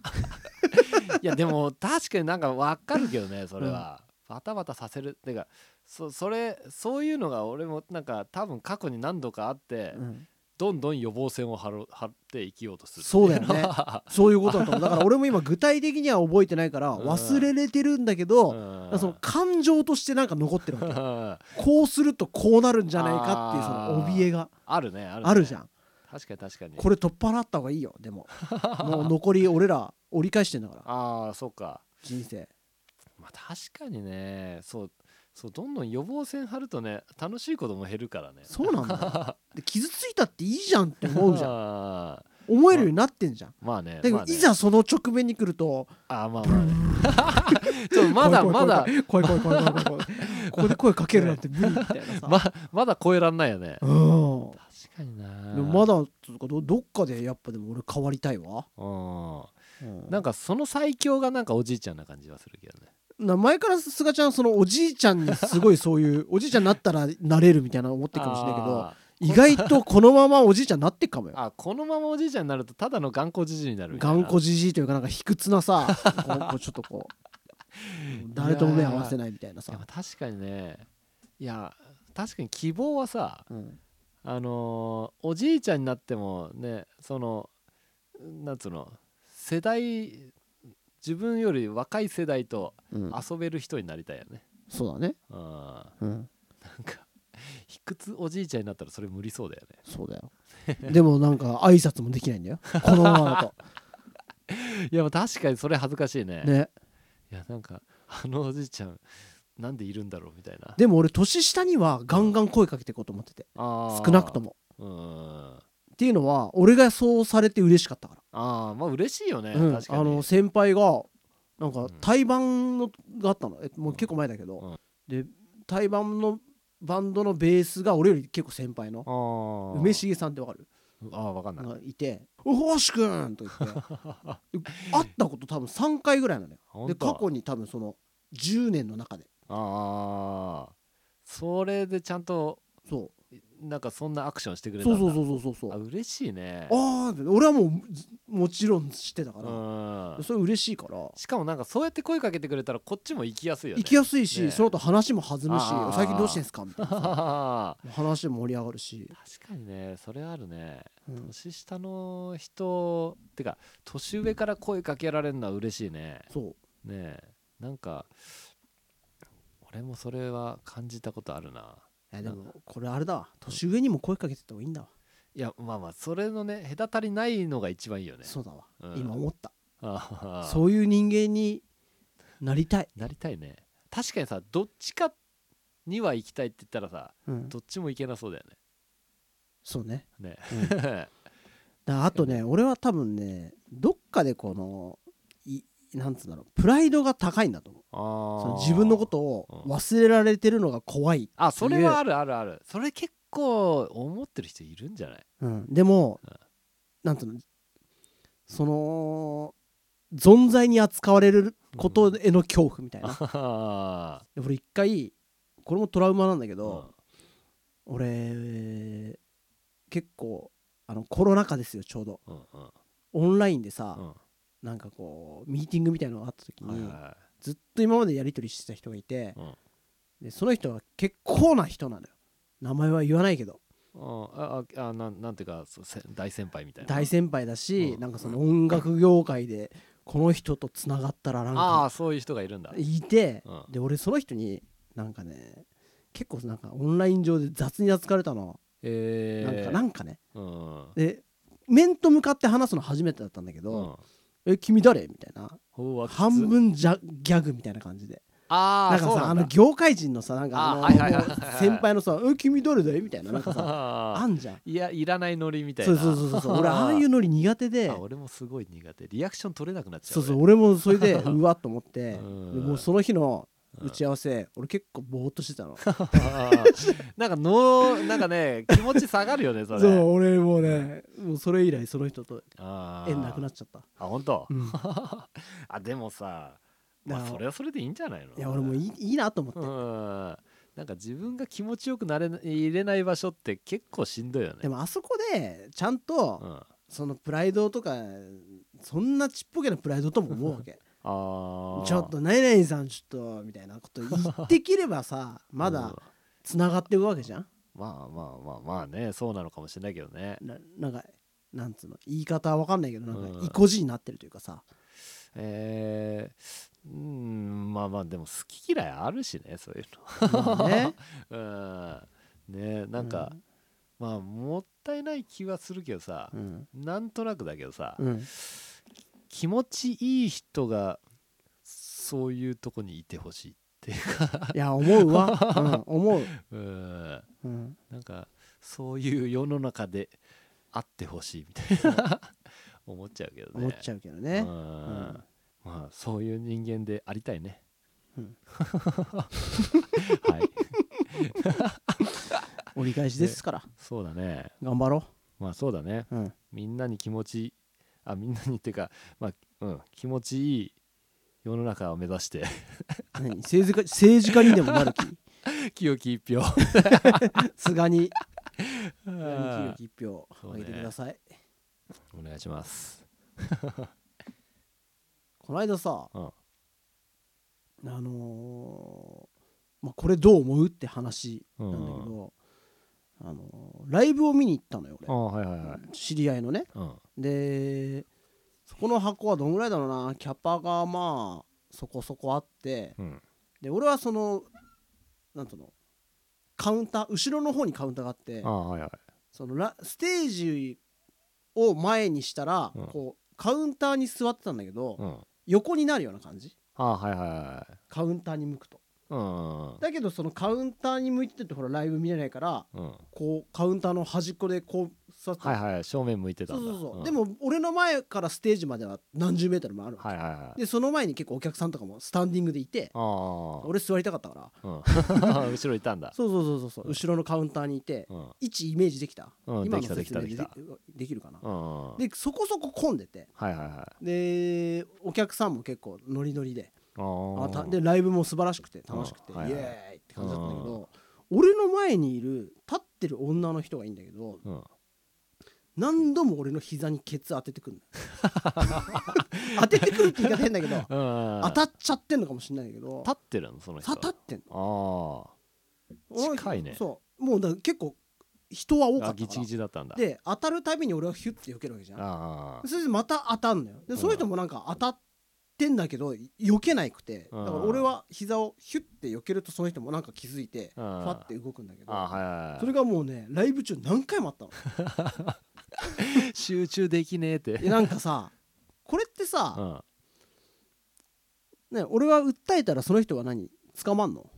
[SPEAKER 1] タさ
[SPEAKER 2] 時いやでも確かになんか分かるけどねそれは、バタバタさせるってかそそれそういうのが俺もなんか多分過去に何度かあって
[SPEAKER 1] せて、、うん
[SPEAKER 2] どんどん予防線を張ろ張って生きようとする
[SPEAKER 1] そうだよね
[SPEAKER 2] う
[SPEAKER 1] そういうことだと思うだから俺も今具体的には覚えてないから
[SPEAKER 2] うん
[SPEAKER 1] 忘れれてるんだけど、だから
[SPEAKER 2] ん
[SPEAKER 1] その感情としてなんか残ってるわけ
[SPEAKER 2] あ
[SPEAKER 1] こうするとこうなるんじゃないかっていうその怯えが
[SPEAKER 2] るねあるね
[SPEAKER 1] あるじゃん
[SPEAKER 2] 確かに確かに
[SPEAKER 1] これ取っ払った方がいいよでももう残り俺ら折り返してんだから
[SPEAKER 2] ああそうか
[SPEAKER 1] 人生
[SPEAKER 2] まあ確かにねそうそうどんどん予防線張るとね楽しいことも減るからね
[SPEAKER 1] そうなんだよで傷ついたっていいじゃんって思うじゃん
[SPEAKER 2] ゃん
[SPEAKER 1] 思えるようになってんじゃん
[SPEAKER 2] まあね
[SPEAKER 1] だけ
[SPEAKER 2] ま
[SPEAKER 1] ど
[SPEAKER 2] あね
[SPEAKER 1] いざその直面に来ると
[SPEAKER 2] あーまあまあね *laughs* ち
[SPEAKER 1] *laughs*
[SPEAKER 2] ょっとまだまだ
[SPEAKER 1] 怖い怖い怖い怖い怖い怖い怖いここで声かけるなんて無理みたいなさ、
[SPEAKER 2] ままだ超えらんないよね
[SPEAKER 1] うんで
[SPEAKER 2] 確かにな
[SPEAKER 1] もまだつうかどどっかでやっぱでも俺変わりたいわ、
[SPEAKER 2] う
[SPEAKER 1] うん
[SPEAKER 2] んなんかその最強がなんかおじいちゃんな感じはするけどね
[SPEAKER 1] な前からす *laughs* がちゃんそのおじいちゃんにすごいそういうおじいちゃんになったらなれるみたいな思ってるかもしれないけど
[SPEAKER 2] あ
[SPEAKER 1] 意外とこのままおじいちゃんなってっかもよ
[SPEAKER 2] あこのままおじいちゃんになるとただの頑固じじいになるみたいな
[SPEAKER 1] 頑固じじいというかなんか卑屈な *laughs* さこうこうちょっとこう誰とも目合わせないみたいない
[SPEAKER 2] や
[SPEAKER 1] さ
[SPEAKER 2] まあ確かにねいや確かに希望はさ
[SPEAKER 1] うん
[SPEAKER 2] あのーおじいちゃんになってもねそのなんつうの世代自分より若い世代と
[SPEAKER 1] うん
[SPEAKER 2] 遊べる人になりたいよね、
[SPEAKER 1] そうだね
[SPEAKER 2] うん、な
[SPEAKER 1] うん
[SPEAKER 2] んか卑屈おじいちゃんになったらそれ無理そうだよね
[SPEAKER 1] そうだよでもなんか挨拶もできないんだよこのままだと
[SPEAKER 2] いやまあ確かにそれ恥ずかしい
[SPEAKER 1] *laughs*
[SPEAKER 2] ね
[SPEAKER 1] ね
[SPEAKER 2] いやなんかあのおじいちゃんなんでいるんだろうみたいな
[SPEAKER 1] でも俺年下にはガンガン声かけていこうと思ってて
[SPEAKER 2] 少
[SPEAKER 1] 少なくとも
[SPEAKER 2] うん
[SPEAKER 1] っていうのは俺がそうされて嬉しかったから
[SPEAKER 2] ああまあ嬉しいよね、
[SPEAKER 1] うん、
[SPEAKER 2] 確かに
[SPEAKER 1] あの先輩がなん
[SPEAKER 2] う
[SPEAKER 1] か
[SPEAKER 2] ん
[SPEAKER 1] 対バンのがあったのえもう結構前だけど、で対バンのバンドのベースが俺より結構先輩の
[SPEAKER 2] あー
[SPEAKER 1] 梅重さんってわかる
[SPEAKER 2] ああ分かんない
[SPEAKER 1] がいて「お星くん!」と言っ
[SPEAKER 2] *laughs*
[SPEAKER 1] て会ったこと多分3回ぐらいなのよ
[SPEAKER 2] 本
[SPEAKER 1] で
[SPEAKER 2] 当
[SPEAKER 1] 過去に多分その10年の中で
[SPEAKER 2] ああそれでちゃんと
[SPEAKER 1] そ
[SPEAKER 2] なんかそんなアクションしてく
[SPEAKER 1] う
[SPEAKER 2] れたん
[SPEAKER 1] そ
[SPEAKER 2] だ
[SPEAKER 1] うそうそうそうそう
[SPEAKER 2] あ嬉しいね
[SPEAKER 1] ああー俺はもうもちろん知ってたから、
[SPEAKER 2] うん
[SPEAKER 1] それ嬉しいから
[SPEAKER 2] しかもなんかそうやって声かけてくれたらこっちも行きやすいよね
[SPEAKER 1] 行きやすいし、
[SPEAKER 2] ね
[SPEAKER 1] その後話も弾むし
[SPEAKER 2] あー
[SPEAKER 1] 「最近どうしてんすか?」
[SPEAKER 2] *laughs*
[SPEAKER 1] みたいなさ
[SPEAKER 2] あー
[SPEAKER 1] 話も盛り上がるし、
[SPEAKER 2] 確かにねそれあるね
[SPEAKER 1] うん
[SPEAKER 2] 年下の人てか年上から声かけられるのは嬉しいね
[SPEAKER 1] そう
[SPEAKER 2] ねえなんか俺もそれは感じたことあるない
[SPEAKER 1] やでもこれあれだわ年上にも声かけてった方がいいんだわ、
[SPEAKER 2] いやまあまあそれのね隔たりないのが一番いいよね
[SPEAKER 1] そうだわ、
[SPEAKER 2] うん
[SPEAKER 1] 今思った
[SPEAKER 2] ああ
[SPEAKER 1] そういう人間になりたい、
[SPEAKER 2] なりたいね確かにさどっちかには行きたいって言ったらさ
[SPEAKER 1] うん
[SPEAKER 2] どっちも行けなそうだよ
[SPEAKER 1] そうね
[SPEAKER 2] ねね、 *laughs*
[SPEAKER 1] だあとね俺は多分ねどっかでこのいなんつうんだろうプライドが高いんだと思う
[SPEAKER 2] あ
[SPEAKER 1] そ
[SPEAKER 2] ー
[SPEAKER 1] の自分のことを忘れられてるのが怖い、
[SPEAKER 2] あそれはあるあるあるそれ結構思ってる人いるんじゃない
[SPEAKER 1] うん、でも、
[SPEAKER 2] うん
[SPEAKER 1] なんつうのその存在に扱われることへの恐怖みたいな、
[SPEAKER 2] あ
[SPEAKER 1] で俺一回これもトラウマなんだけ
[SPEAKER 2] ー
[SPEAKER 1] ど、俺結構あのコロナ禍ですよちょうど
[SPEAKER 2] うんうんうん
[SPEAKER 1] オンラインでさ、
[SPEAKER 2] うん
[SPEAKER 1] なんかこうミーティングみたいなのがあった時に、
[SPEAKER 2] はいは
[SPEAKER 1] ずっと今までやり取りしてた人がいて
[SPEAKER 2] い、うん
[SPEAKER 1] でその人は結構な人なのよ名前は言わないけど
[SPEAKER 2] うんあああなんなんていうかそうせ大先輩みたいな
[SPEAKER 1] 大先輩だし、
[SPEAKER 2] うん
[SPEAKER 1] なんかその音楽業界でこの人とつながったらなん
[SPEAKER 2] ああ
[SPEAKER 1] か
[SPEAKER 2] ーそういう人がいるんだ
[SPEAKER 1] いて、
[SPEAKER 2] うん
[SPEAKER 1] で俺その人になんかね結構なんかオンライン上で雑に扱われたの、
[SPEAKER 2] えー、
[SPEAKER 1] なんかなんかね
[SPEAKER 2] うん
[SPEAKER 1] で面と向かって話すの初めてだったんだけ
[SPEAKER 2] う
[SPEAKER 1] ど、
[SPEAKER 2] ん
[SPEAKER 1] え君誰みたいな
[SPEAKER 2] うわきつ
[SPEAKER 1] 半分じゃギャグみたいな感じで
[SPEAKER 2] ああ
[SPEAKER 1] なんか
[SPEAKER 2] そう
[SPEAKER 1] さ
[SPEAKER 2] な
[SPEAKER 1] あ
[SPEAKER 2] んだ *laughs*
[SPEAKER 1] の業界人のさなんかあの
[SPEAKER 2] あーはいはいはいはい
[SPEAKER 1] *laughs* 先輩のさ「え君誰だい?」みたいななんかさあ
[SPEAKER 2] *laughs* あ
[SPEAKER 1] んじゃん
[SPEAKER 2] いやいらないノリみたい
[SPEAKER 1] そ
[SPEAKER 2] な
[SPEAKER 1] うそうそうそう俺ああいうノリ苦手で
[SPEAKER 2] あ俺もすごい苦手リアクション取れなくなっちゃう
[SPEAKER 1] そうそう
[SPEAKER 2] 俺
[SPEAKER 1] 俺もそ
[SPEAKER 2] *laughs*
[SPEAKER 1] れでうわっと思ってで
[SPEAKER 2] うん
[SPEAKER 1] もうその日の
[SPEAKER 2] うん
[SPEAKER 1] 打ち合わせ俺結構ぼーっとして
[SPEAKER 2] *laughs*
[SPEAKER 1] たのそ
[SPEAKER 2] あーなんかのなんかね気持ち下がるよねそれ
[SPEAKER 1] う俺もうねもうそれ以来その人と
[SPEAKER 2] あー
[SPEAKER 1] 縁なくなっちゃった
[SPEAKER 2] あ本当、
[SPEAKER 1] うん
[SPEAKER 2] あでもさ、ま
[SPEAKER 1] だ
[SPEAKER 2] あ、
[SPEAKER 1] から
[SPEAKER 2] それはそれでいいんじゃないの
[SPEAKER 1] いや俺もういいいいなと思って
[SPEAKER 2] うんなんか自分が気持ちよくなれな入れない場所って結構しんどいよね
[SPEAKER 1] でもあそこでちゃんと
[SPEAKER 2] うん、あ
[SPEAKER 1] そのプライドとかそんなちっぽけなプライドとも思う
[SPEAKER 2] *laughs*
[SPEAKER 1] わけ
[SPEAKER 2] ー
[SPEAKER 1] ちょっと「何々さんちょっと」みたいなこと言ってきればさま
[SPEAKER 2] うん
[SPEAKER 1] だつながっていくわけじゃん
[SPEAKER 2] まあまあまあまあねそうなのかもしれないけどね
[SPEAKER 1] ななんかなんつうの言い方は分かんないけどなん
[SPEAKER 2] うん
[SPEAKER 1] か意固地になってるという
[SPEAKER 2] *laughs*
[SPEAKER 1] かさ
[SPEAKER 2] えー、うーんまあまあでも好き嫌いあるしねそういう
[SPEAKER 1] まあね
[SPEAKER 2] のうんねなんか、まあもったいない気はするけどさ
[SPEAKER 1] う、ん
[SPEAKER 2] なんとなくだけどさ、
[SPEAKER 1] うん
[SPEAKER 2] 気持ちいい人がそういうとこにいてほしいっていうか
[SPEAKER 1] いや思うわ、うん、思う、
[SPEAKER 2] うん
[SPEAKER 1] うん、
[SPEAKER 2] なんかそういう世の中であってほしいみたいな思っちゃうけどね
[SPEAKER 1] 思っちゃうけど
[SPEAKER 2] う
[SPEAKER 1] ね
[SPEAKER 2] んまあそういう人間でありたいね。
[SPEAKER 1] うん
[SPEAKER 2] *laughs* はい、
[SPEAKER 1] 折り返しですから
[SPEAKER 2] そうだね。
[SPEAKER 1] 頑張ろ
[SPEAKER 2] まあそうだね。
[SPEAKER 1] う、うん、
[SPEAKER 2] みんなに気持ちいいあみんなにっていうかまあうん気持ちいい世の中を目指して *laughs*
[SPEAKER 1] 何政治家政治家にでもなる気
[SPEAKER 2] 清き一票。
[SPEAKER 1] 菅に兄貴よき一票
[SPEAKER 2] そう
[SPEAKER 1] あ
[SPEAKER 2] ね
[SPEAKER 1] げてください、
[SPEAKER 2] お願いします
[SPEAKER 1] この間さ
[SPEAKER 2] うん
[SPEAKER 1] あのーまあ、これどう思うって話なんだけど、あのーライブを見に行ったのよ
[SPEAKER 2] あ
[SPEAKER 1] 俺
[SPEAKER 2] あはいはいはい
[SPEAKER 1] 知り合いのね
[SPEAKER 2] うん
[SPEAKER 1] でそこの箱はどんぐらいだろうなキャパがまあそこそこあって
[SPEAKER 2] うん
[SPEAKER 1] で俺はそのなんとのカウンター後ろの方にカウンターがあって
[SPEAKER 2] ああはいはい
[SPEAKER 1] そのラステージを前にしたら、
[SPEAKER 2] うん
[SPEAKER 1] こうカウンターに座ってたんだけど、
[SPEAKER 2] うんあ
[SPEAKER 1] 横になるような感じ
[SPEAKER 2] あはいはいはい
[SPEAKER 1] カウンターに向くと
[SPEAKER 2] うん
[SPEAKER 1] だけどそのカウンターに向いててほらライブ見れないから
[SPEAKER 2] うん
[SPEAKER 1] こうカウンターの端っこでこう座ってた、
[SPEAKER 2] はいはい正面向いてた
[SPEAKER 1] そうん
[SPEAKER 2] だ
[SPEAKER 1] そうそう、
[SPEAKER 2] ん
[SPEAKER 1] でも俺の前からステージまでは何十メートルもあるわけ、
[SPEAKER 2] はいはいはい
[SPEAKER 1] でその前に結構お客さんとかもスタンディングでいて
[SPEAKER 2] ああ
[SPEAKER 1] 俺座りたかったから
[SPEAKER 2] うん *laughs* 後ろいたんだ
[SPEAKER 1] そうそうそうそうそう
[SPEAKER 2] うん
[SPEAKER 1] 後ろのカウンターにいて、
[SPEAKER 2] うんうん
[SPEAKER 1] 位置イメージできた、
[SPEAKER 2] うん
[SPEAKER 1] 今
[SPEAKER 2] でき
[SPEAKER 1] の
[SPEAKER 2] たで
[SPEAKER 1] 説
[SPEAKER 2] きた
[SPEAKER 1] 明
[SPEAKER 2] できた
[SPEAKER 1] できるかな、
[SPEAKER 2] うんはい
[SPEAKER 1] でそこそこ混んでて
[SPEAKER 2] はいはい
[SPEAKER 1] でお客さんも結構ノリノリで
[SPEAKER 2] あ
[SPEAKER 1] あた
[SPEAKER 2] ー
[SPEAKER 1] でライブも素晴らしくて楽しくて、
[SPEAKER 2] うんはい
[SPEAKER 1] イ
[SPEAKER 2] はい
[SPEAKER 1] エーイって感じだったんだけど、俺の前にいる立ってる女の人がいいんだけど
[SPEAKER 2] うん
[SPEAKER 1] 何度も俺の膝にケツ当ててくる
[SPEAKER 2] *laughs*
[SPEAKER 1] 当ててくるって言い方変だけど
[SPEAKER 2] 当
[SPEAKER 1] 当たっちゃってんのかもしれないけど
[SPEAKER 2] 立ってるのその人
[SPEAKER 1] た立ってんの
[SPEAKER 2] あ
[SPEAKER 1] 俺
[SPEAKER 2] 近いね
[SPEAKER 1] そうもうだから結構人は多
[SPEAKER 2] ー
[SPEAKER 1] か
[SPEAKER 2] あ
[SPEAKER 1] った
[SPEAKER 2] ギ
[SPEAKER 1] か
[SPEAKER 2] チ
[SPEAKER 1] ら
[SPEAKER 2] ギチだったんだ
[SPEAKER 1] で当たるたびに俺はヒュッて避けるわけじゃん
[SPEAKER 2] ああ
[SPEAKER 1] それでまた当たんのよで
[SPEAKER 2] ん
[SPEAKER 1] その人もなんか当たってんだけど避けないくてだ
[SPEAKER 2] うん
[SPEAKER 1] から俺は膝をヒュッて避けるとその人もなんか気づいてフ
[SPEAKER 2] うん
[SPEAKER 1] ァッて動くんだけど
[SPEAKER 2] あーはいはいはい
[SPEAKER 1] それがもうねライブ中何回も
[SPEAKER 2] *laughs*
[SPEAKER 1] あったの
[SPEAKER 2] 集中できねえって
[SPEAKER 1] いやなんかさこれって
[SPEAKER 2] う
[SPEAKER 1] さ、
[SPEAKER 2] ん
[SPEAKER 1] ね、俺は訴えたらその人は何捕まんの、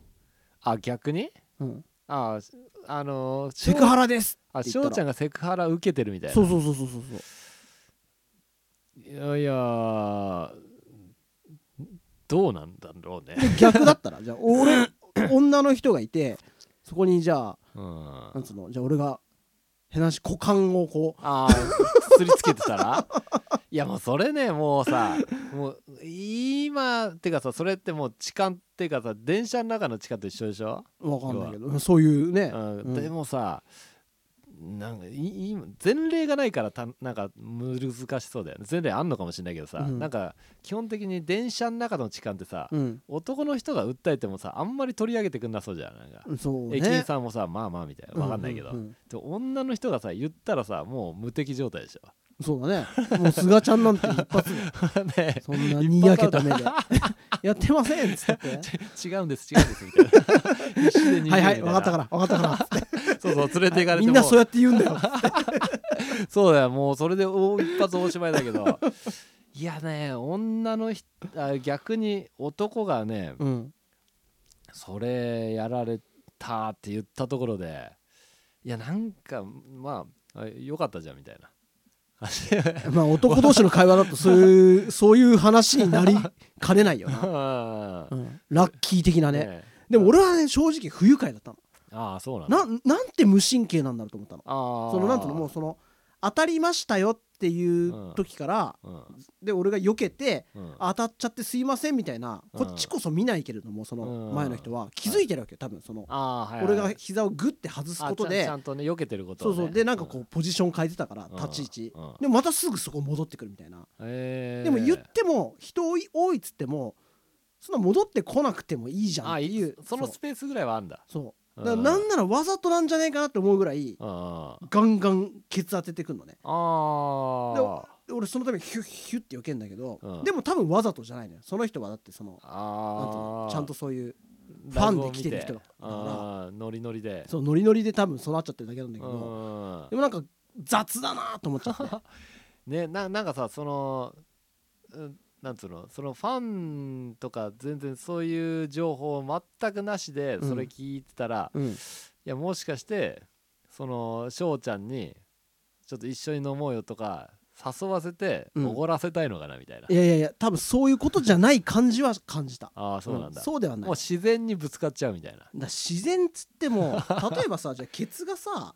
[SPEAKER 2] あ逆に
[SPEAKER 1] うん、
[SPEAKER 2] あーあのー
[SPEAKER 1] セクハラです
[SPEAKER 2] あ
[SPEAKER 1] って
[SPEAKER 2] し
[SPEAKER 1] 言っ
[SPEAKER 2] ょ
[SPEAKER 1] た
[SPEAKER 2] う
[SPEAKER 1] ら
[SPEAKER 2] ちゃんがセクハラ受けてるみたいな
[SPEAKER 1] そうそうそうそうそうそう
[SPEAKER 2] いやいやーどうなんだろうね、
[SPEAKER 1] で逆だったらじゃあ
[SPEAKER 2] *laughs*
[SPEAKER 1] 俺女の人がいてそこにじゃあ
[SPEAKER 2] うん、
[SPEAKER 1] なんつうのじゃあ俺がへなし股間をこう
[SPEAKER 2] あーすりつけてた *laughs* らいやもうそれねもうさもう今てかさそれってもう痴漢ってかさ電車の中の痴漢と一緒でしょ、
[SPEAKER 1] わかんないけどそういうね、
[SPEAKER 2] うん
[SPEAKER 1] うん
[SPEAKER 2] でもさなんかい今前例がないからたなんか難しそうだよね前例あんのかもしれないけどさ、
[SPEAKER 1] うん
[SPEAKER 2] なんか基本的に電車の中の痴漢ってさ、
[SPEAKER 1] うん、
[SPEAKER 2] 男の人が訴えてもさあんまり取り上げてくんなそうじゃんなんか、
[SPEAKER 1] そうね
[SPEAKER 2] 駅員さんもさまあまあみたいなわかんないけど、
[SPEAKER 1] うううん
[SPEAKER 2] で女の人がさ言ったらさもう無敵状態
[SPEAKER 1] *laughs*
[SPEAKER 2] でし
[SPEAKER 1] そうだねもう菅ちゃんなんて一発で
[SPEAKER 2] ょ *laughs* ね
[SPEAKER 1] そんなにやけた目で *laughs* やってませんっつ
[SPEAKER 2] *laughs*
[SPEAKER 1] って
[SPEAKER 2] 違うんです違うんですみ *laughs* たいな必死で逃げるみた
[SPEAKER 1] は
[SPEAKER 2] な
[SPEAKER 1] いいはい分かったから分かったからっつっ
[SPEAKER 2] そうそう連れて行かれ
[SPEAKER 1] て
[SPEAKER 2] て
[SPEAKER 1] みんなそうやって言うん
[SPEAKER 2] *laughs*
[SPEAKER 1] だよ
[SPEAKER 2] そうだよもうそれでお一発おしまいだけど *laughs* いやね女の人あ逆に男がね
[SPEAKER 1] うん
[SPEAKER 2] それやられたって言ったところでいやなんかまああよかったじゃんみたいな感じで
[SPEAKER 1] まあ男同士の会話だとそ
[SPEAKER 2] *laughs*
[SPEAKER 1] ういうそういう話になりかねないよな、
[SPEAKER 2] う
[SPEAKER 1] うんんラッキー的なね
[SPEAKER 2] ね
[SPEAKER 1] でも俺はね正直不愉快だったの
[SPEAKER 2] ああそうなんだ
[SPEAKER 1] ななんて無神経なんだろうと思ったの
[SPEAKER 2] ああ
[SPEAKER 1] そのなんとのもうその当たりましたよっていう時から、
[SPEAKER 2] うん
[SPEAKER 1] で俺が避けて、
[SPEAKER 2] うん
[SPEAKER 1] 当たっちゃってすいませんみたいな
[SPEAKER 2] う
[SPEAKER 1] こ
[SPEAKER 2] ん
[SPEAKER 1] っちこそ見ないけれどもその前の人は気づいてるわけよ多分その
[SPEAKER 2] あーはいはい
[SPEAKER 1] 俺が膝をグッて外すこと
[SPEAKER 2] あちゃん
[SPEAKER 1] で
[SPEAKER 2] ちゃんとね避けてること
[SPEAKER 1] そ
[SPEAKER 2] を
[SPEAKER 1] う
[SPEAKER 2] ね
[SPEAKER 1] そうでなんかこ
[SPEAKER 2] ん
[SPEAKER 1] うポジション変えてたから
[SPEAKER 2] うん
[SPEAKER 1] 立ち位置
[SPEAKER 2] うん
[SPEAKER 1] でもまたすぐそこ戻ってくるみたいな
[SPEAKER 2] えー
[SPEAKER 1] でも言っても人多い多いっつってもそんな戻ってこなくてもいいじゃん
[SPEAKER 2] あ
[SPEAKER 1] って
[SPEAKER 2] い
[SPEAKER 1] い
[SPEAKER 2] いうそのスペースぐらいはあるんだ
[SPEAKER 1] そう
[SPEAKER 2] うん
[SPEAKER 1] だからなんならわざとなんじゃねえかなって思うぐら
[SPEAKER 2] う
[SPEAKER 1] い
[SPEAKER 2] んあ
[SPEAKER 1] ガンガンケツ当ててくんのねで
[SPEAKER 2] あ
[SPEAKER 1] で俺そのためにヒュッヒュッて避けんだけど
[SPEAKER 2] うん
[SPEAKER 1] でも多分わざとじゃないのよその人はだってそのなんていう
[SPEAKER 2] あ
[SPEAKER 1] の
[SPEAKER 2] あ
[SPEAKER 1] ちゃんとそういう
[SPEAKER 2] フ
[SPEAKER 1] ファンで来てる人だから
[SPEAKER 2] ああノリノリで
[SPEAKER 1] そうノリノリで多分そうなっちゃってるだけなんだけど
[SPEAKER 2] うん
[SPEAKER 1] でもなんか雑だなと思っちゃって
[SPEAKER 2] *laughs* ねななんかさそのうんなんつうのそのファンとか全然そういう情報全くなしで
[SPEAKER 1] うん
[SPEAKER 2] それ聞いてたら、
[SPEAKER 1] うん
[SPEAKER 2] いやもしかしてその翔ちゃんにちょっと一緒に飲もうよとか誘わせて
[SPEAKER 1] うん
[SPEAKER 2] おごらせたいのかなみたいな、
[SPEAKER 1] いやいやいや多分そういうことじゃない感じは感じた
[SPEAKER 2] ああそうなんだ、
[SPEAKER 1] そうではない
[SPEAKER 2] もう
[SPEAKER 1] だか
[SPEAKER 2] 自然にぶつかっちゃうみたいな、
[SPEAKER 1] ら自然っつっ
[SPEAKER 2] *laughs*
[SPEAKER 1] ても例えばさじゃあケツがさ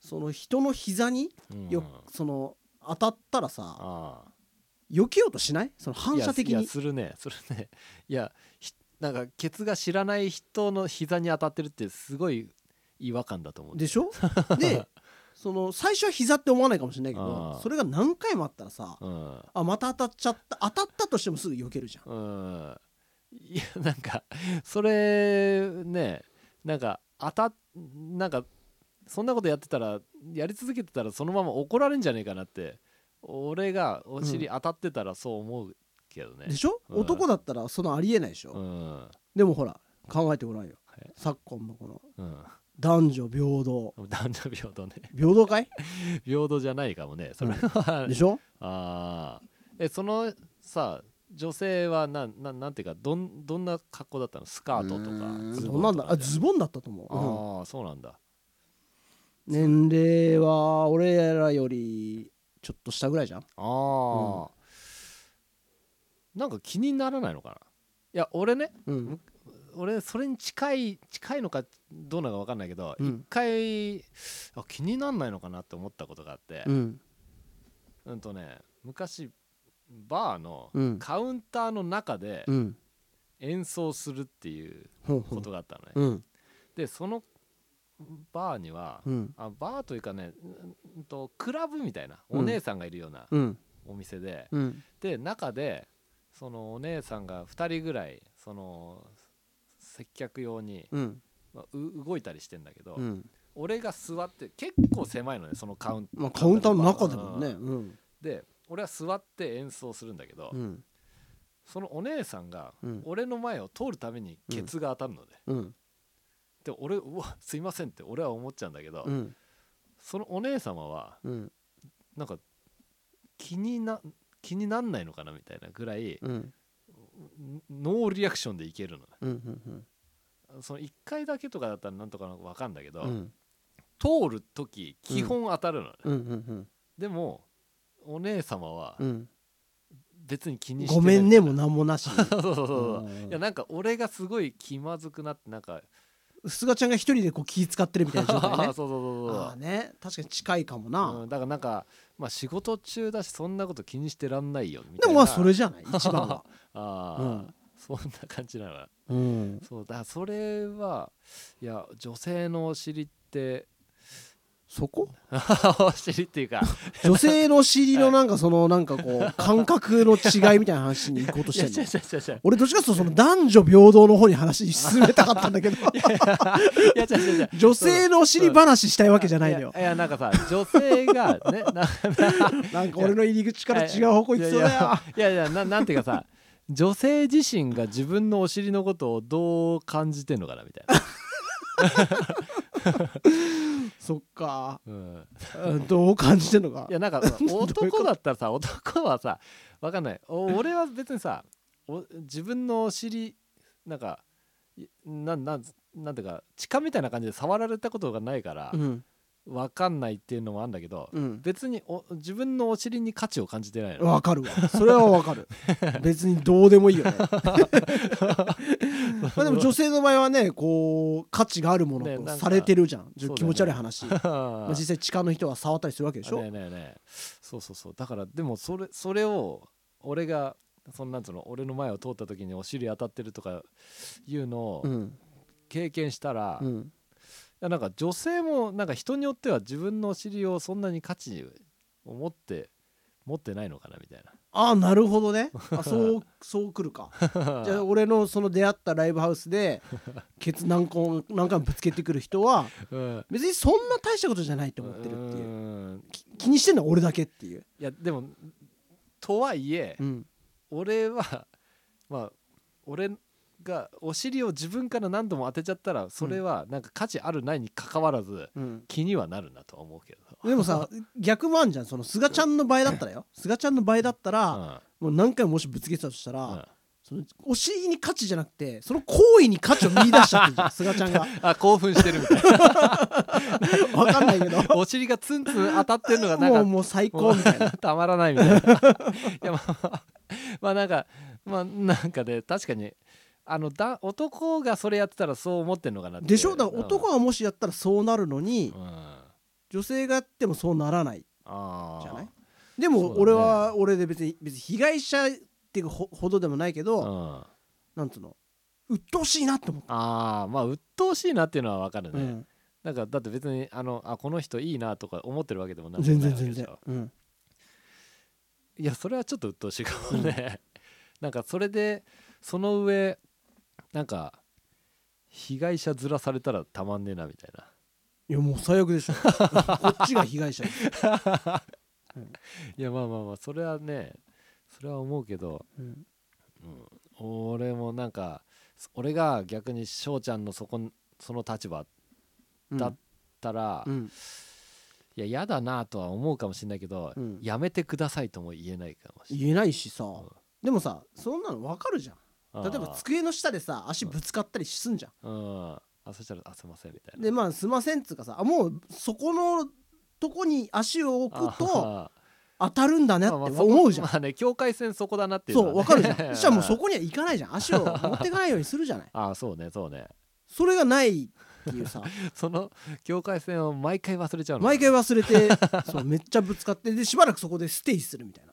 [SPEAKER 1] その人の膝に
[SPEAKER 2] うん
[SPEAKER 1] よ、
[SPEAKER 2] うん
[SPEAKER 1] その当たったらさ
[SPEAKER 2] ああ
[SPEAKER 1] 避けようとしないその反射的
[SPEAKER 2] いやい
[SPEAKER 1] に
[SPEAKER 2] やするねす *laughs* るねいやひなんかケツが知らない人の膝に当たってるってすごい違和感だと思うん
[SPEAKER 1] で
[SPEAKER 2] し
[SPEAKER 1] し
[SPEAKER 2] *laughs*
[SPEAKER 1] ょでその最初は膝って思わないかもしれないけ
[SPEAKER 2] あ
[SPEAKER 1] ど
[SPEAKER 2] ー
[SPEAKER 1] それが何回もあったらさ
[SPEAKER 2] うん
[SPEAKER 1] あまた当たっちゃった当たったとしてもすぐ避けるじゃん
[SPEAKER 2] うんいやなんかそれねなんか当たなんかそんなことやってたらやり続けてたらそのまま怒られんじゃねえかなって俺がお尻当たってたらそう思うけどね
[SPEAKER 1] でしょ、
[SPEAKER 2] うん
[SPEAKER 1] 男だったらそのありえないでしょ、
[SPEAKER 2] うん
[SPEAKER 1] でもほら考えてごらんよ
[SPEAKER 2] はい
[SPEAKER 1] 昨今のこの
[SPEAKER 2] うん *laughs*
[SPEAKER 1] 男女平等
[SPEAKER 2] 男女平等ね
[SPEAKER 1] 平等かい
[SPEAKER 2] 平等じゃないかもねそれは、
[SPEAKER 1] でしょ
[SPEAKER 2] ああえそのさ女性はなんなんなんていうかどんどんな格好だったのスカートと
[SPEAKER 3] うーん
[SPEAKER 2] かズ
[SPEAKER 1] そ
[SPEAKER 2] ボ
[SPEAKER 1] う
[SPEAKER 2] ン
[SPEAKER 1] なん
[SPEAKER 2] と
[SPEAKER 1] だ
[SPEAKER 2] か
[SPEAKER 1] あズボンだったと思う、うん
[SPEAKER 2] ああそうなんだ
[SPEAKER 1] 年齢は俺らよりちょっと下ぐらいじゃん
[SPEAKER 2] ああ、なんか気にならないのかないや俺ね
[SPEAKER 1] うん
[SPEAKER 2] 俺それに近い近いのかどうなのか分かんないけど
[SPEAKER 1] う
[SPEAKER 2] 一、
[SPEAKER 1] ん
[SPEAKER 2] 回あ気になんないのかなって思ったことがあって
[SPEAKER 1] う、ん
[SPEAKER 2] うん、とね昔バーの
[SPEAKER 1] うん
[SPEAKER 2] カウンターの中で
[SPEAKER 1] うん
[SPEAKER 2] 演奏するっていう
[SPEAKER 1] ほう
[SPEAKER 2] こ
[SPEAKER 1] ほう
[SPEAKER 2] とがあったのね、
[SPEAKER 1] うん
[SPEAKER 2] でそのバーには、
[SPEAKER 1] うん
[SPEAKER 2] あバーというかねうんとクラブみたいな
[SPEAKER 1] うん
[SPEAKER 2] お姉さんがいるような
[SPEAKER 1] うん
[SPEAKER 2] お店で、
[SPEAKER 1] うん
[SPEAKER 2] で中でそのお姉さんが2人ぐらいその接客用に、
[SPEAKER 1] うん
[SPEAKER 2] まあう動いたりしてんだけど、
[SPEAKER 1] うん
[SPEAKER 2] 俺が座って結構狭いのねそのカウン
[SPEAKER 1] まあカウンターの中でもね
[SPEAKER 2] う
[SPEAKER 1] うん
[SPEAKER 2] で俺は座って演奏するんだけど、
[SPEAKER 1] うん
[SPEAKER 2] そのお姉さんが
[SPEAKER 1] うん
[SPEAKER 2] 俺の前を通るためにケツが当たるので、
[SPEAKER 1] うん
[SPEAKER 2] で俺うわすいませんって俺は思っちゃうんだけど、
[SPEAKER 1] うん
[SPEAKER 2] そのお姉様は
[SPEAKER 1] うん
[SPEAKER 2] なんか気にな気になんないのかなみたいなぐらい、
[SPEAKER 1] うん
[SPEAKER 2] ノーリアクションでいけるのね
[SPEAKER 1] うんうん
[SPEAKER 2] その1回だけとかだったらなんとかわかんだけど、
[SPEAKER 1] うん
[SPEAKER 2] 通る時基本当たるのね、
[SPEAKER 1] うんうん
[SPEAKER 2] でもお姉様は
[SPEAKER 1] うん
[SPEAKER 2] 別に気にして
[SPEAKER 1] ご
[SPEAKER 2] ない
[SPEAKER 1] めんねも何もな
[SPEAKER 2] そ
[SPEAKER 1] し
[SPEAKER 2] うそうそうそう、
[SPEAKER 1] うん
[SPEAKER 2] いやなんか俺がすごい気まずくなってなんか、
[SPEAKER 1] すがちゃんが一人でこう気使ってるみたいな
[SPEAKER 2] そう
[SPEAKER 1] 状
[SPEAKER 2] そう
[SPEAKER 1] 態ね
[SPEAKER 2] そう *laughs* そう
[SPEAKER 1] ああね確かに近いかもな
[SPEAKER 2] うん、だからなんか、まあ、仕事中だしそんなこと気にしてらんないよみ
[SPEAKER 1] で
[SPEAKER 2] たいな
[SPEAKER 1] もまあそれじゃない一番は
[SPEAKER 2] ああ、
[SPEAKER 1] うん
[SPEAKER 2] そんな感じなの
[SPEAKER 1] うん
[SPEAKER 2] *laughs* そうだからそれはいや女性のお尻
[SPEAKER 1] *laughs*
[SPEAKER 2] って *laughs*
[SPEAKER 1] そこ
[SPEAKER 2] お尻っていうか
[SPEAKER 1] 女性の尻のなんかそのなんかこう感覚の違いみたいな話に行こうと
[SPEAKER 2] いや
[SPEAKER 1] し
[SPEAKER 2] 違う
[SPEAKER 1] てんの
[SPEAKER 2] 違う違う違う
[SPEAKER 1] 俺どっちかというとその男女平等の方に話進めたかったんだけど
[SPEAKER 2] いや違う違う違う
[SPEAKER 1] *laughs* 女性のお尻話したいわけじゃないのよ
[SPEAKER 2] やいやなんかさ女性が
[SPEAKER 1] *laughs*
[SPEAKER 2] ねな
[SPEAKER 1] なんか俺の入り口から違う方向行きそうだよ
[SPEAKER 2] いやいやななんていうかさ女性自身が自分のお尻のことをどう感じてんのかなみたいな、
[SPEAKER 1] そっか
[SPEAKER 2] うん、
[SPEAKER 1] うんどう感じてんのか
[SPEAKER 2] いやなんか
[SPEAKER 1] *laughs*
[SPEAKER 2] 男だったらさ男はさわかんない
[SPEAKER 1] *laughs*
[SPEAKER 2] お俺は別にさお自分のお尻なんかいなんなんなんていうか地下みたいな感じで触られたことがないから
[SPEAKER 1] うん
[SPEAKER 2] わかんないっていうのもあるんだけど、
[SPEAKER 1] うん
[SPEAKER 2] 別にお自分のお尻に価値を感じてない *laughs* の。
[SPEAKER 1] わかるわそれはわかる別にどうでもいいよ
[SPEAKER 2] *laughs*
[SPEAKER 1] ねまあでも女性の場合はねこう価値があるも
[SPEAKER 2] ね
[SPEAKER 1] の
[SPEAKER 2] な
[SPEAKER 1] と
[SPEAKER 2] んか
[SPEAKER 1] されてるじゃん
[SPEAKER 2] そうだよね
[SPEAKER 1] 気持ち悪い話まあ実際地下の人は触ったりするわけでしょ、
[SPEAKER 2] ねえねえねえそうそうそうだからでもそれそれを俺がそんなんつうの俺の前を通った時にお尻当たってるとかいうのを
[SPEAKER 1] うん
[SPEAKER 2] 経験したら、
[SPEAKER 1] う
[SPEAKER 2] い
[SPEAKER 1] ん
[SPEAKER 2] やなんか女性もなんか人によっては自分のお尻をそんなに価値を持って持ってないのかなみたいな
[SPEAKER 1] ああなるほどねあ
[SPEAKER 2] *laughs*
[SPEAKER 1] そうそうくるか *laughs* じゃあ俺のその出会ったライブハウスでケツ何個何回もぶつけてくる人は
[SPEAKER 2] うん
[SPEAKER 1] 別にそんな大したことじゃないと思ってるっていう
[SPEAKER 2] うん
[SPEAKER 1] き気にしてんのは俺だけっていう、
[SPEAKER 2] いやでもとはいえ、
[SPEAKER 1] うん、
[SPEAKER 2] 俺は *laughs* まあ俺がお尻を自分から何度も当てちゃったらそれはなんか価値あるないに関わらず、
[SPEAKER 1] うん
[SPEAKER 2] 気にはなるなとは思うけど、
[SPEAKER 1] でもさ逆もあんじゃんその菅ちゃんの場合だったらよ菅ちゃんの場合だったら、もう何回ももしぶつけてたとしたら、
[SPEAKER 2] うんうん
[SPEAKER 1] そのお尻に価値じゃなくてその行為に価値を見出しちゃっ
[SPEAKER 2] *laughs*
[SPEAKER 1] てるじゃん菅ちゃんが
[SPEAKER 2] あ興奮してるみたいな
[SPEAKER 1] わかんないけど
[SPEAKER 2] お尻がツンツン当たってるのが
[SPEAKER 1] *laughs* も
[SPEAKER 2] な
[SPEAKER 1] うん
[SPEAKER 2] か
[SPEAKER 1] もう最高みたいな
[SPEAKER 2] *laughs* たまらないみたいないやまあまあなんかまあなんかね確かにあのだ男がそれやってたらそう思ってんのかなって
[SPEAKER 1] でしょだから男がもしやったらそうなるのに、
[SPEAKER 2] うん、うんあ
[SPEAKER 1] 女性がやってもそうならない
[SPEAKER 2] あ
[SPEAKER 1] じゃないでも
[SPEAKER 2] そうだね
[SPEAKER 1] 俺は俺で別に別に被害者っていうほほどでもないけ
[SPEAKER 2] う
[SPEAKER 1] ど、
[SPEAKER 2] ん、あ
[SPEAKER 1] なんつうの鬱陶しいなって思っ
[SPEAKER 2] あまあ鬱陶しいなっていうのは分かる
[SPEAKER 1] た、う
[SPEAKER 2] ね、
[SPEAKER 1] ん
[SPEAKER 2] なんかだって別にあのあこの人いいなとか思ってるわけでもなく
[SPEAKER 1] 全然全然、うん、
[SPEAKER 2] いやそれはちょっと鬱陶しいかもね、 *laughs* なんかそれでその上なんか被害者ずらされたらたまんねえなみたいない
[SPEAKER 1] やもう最悪
[SPEAKER 2] *laughs*
[SPEAKER 1] でしょこっちが被害者です、
[SPEAKER 2] いやまあまあまあそれはねそれは思うけど、
[SPEAKER 1] うん
[SPEAKER 2] うん、俺もなんか俺が逆に翔ちゃんのそこんその立場
[SPEAKER 1] うん
[SPEAKER 2] だったら、
[SPEAKER 1] うん
[SPEAKER 2] いや嫌だなとは思うかもしれないけど、
[SPEAKER 1] うん
[SPEAKER 2] やめてくださいとも言えないかもしれない
[SPEAKER 1] 言えないしさ、
[SPEAKER 2] ん
[SPEAKER 1] でもさそんなの分かるじゃん
[SPEAKER 2] あ
[SPEAKER 1] 例
[SPEAKER 2] ー
[SPEAKER 1] えば机の下でさ足ぶつかったりすんじゃん、
[SPEAKER 2] うんあそしたら「あすいません」みたいな。
[SPEAKER 1] でまあすいませんっつうかさあもうそこのとこに足を置くと
[SPEAKER 2] あ
[SPEAKER 1] 当たるんだ
[SPEAKER 2] ー
[SPEAKER 1] ねって
[SPEAKER 2] まあまあ
[SPEAKER 1] 思うじゃん、
[SPEAKER 2] そこまあね境界線そこだなっていうの
[SPEAKER 1] そ
[SPEAKER 2] は
[SPEAKER 1] う
[SPEAKER 2] ね
[SPEAKER 1] 分か
[SPEAKER 2] *laughs*
[SPEAKER 1] るじゃんそしたらもうそ
[SPEAKER 2] こ
[SPEAKER 1] こには行かないじゃん足を持ってかないようにするじゃない
[SPEAKER 2] あーそうねそうね
[SPEAKER 1] それがないっ
[SPEAKER 2] *laughs*
[SPEAKER 1] ていうさ
[SPEAKER 2] その境界線を毎回忘れちゃうの
[SPEAKER 1] 毎回忘れてそうめっちゃぶつかってでしばらくそこでステイするみたいな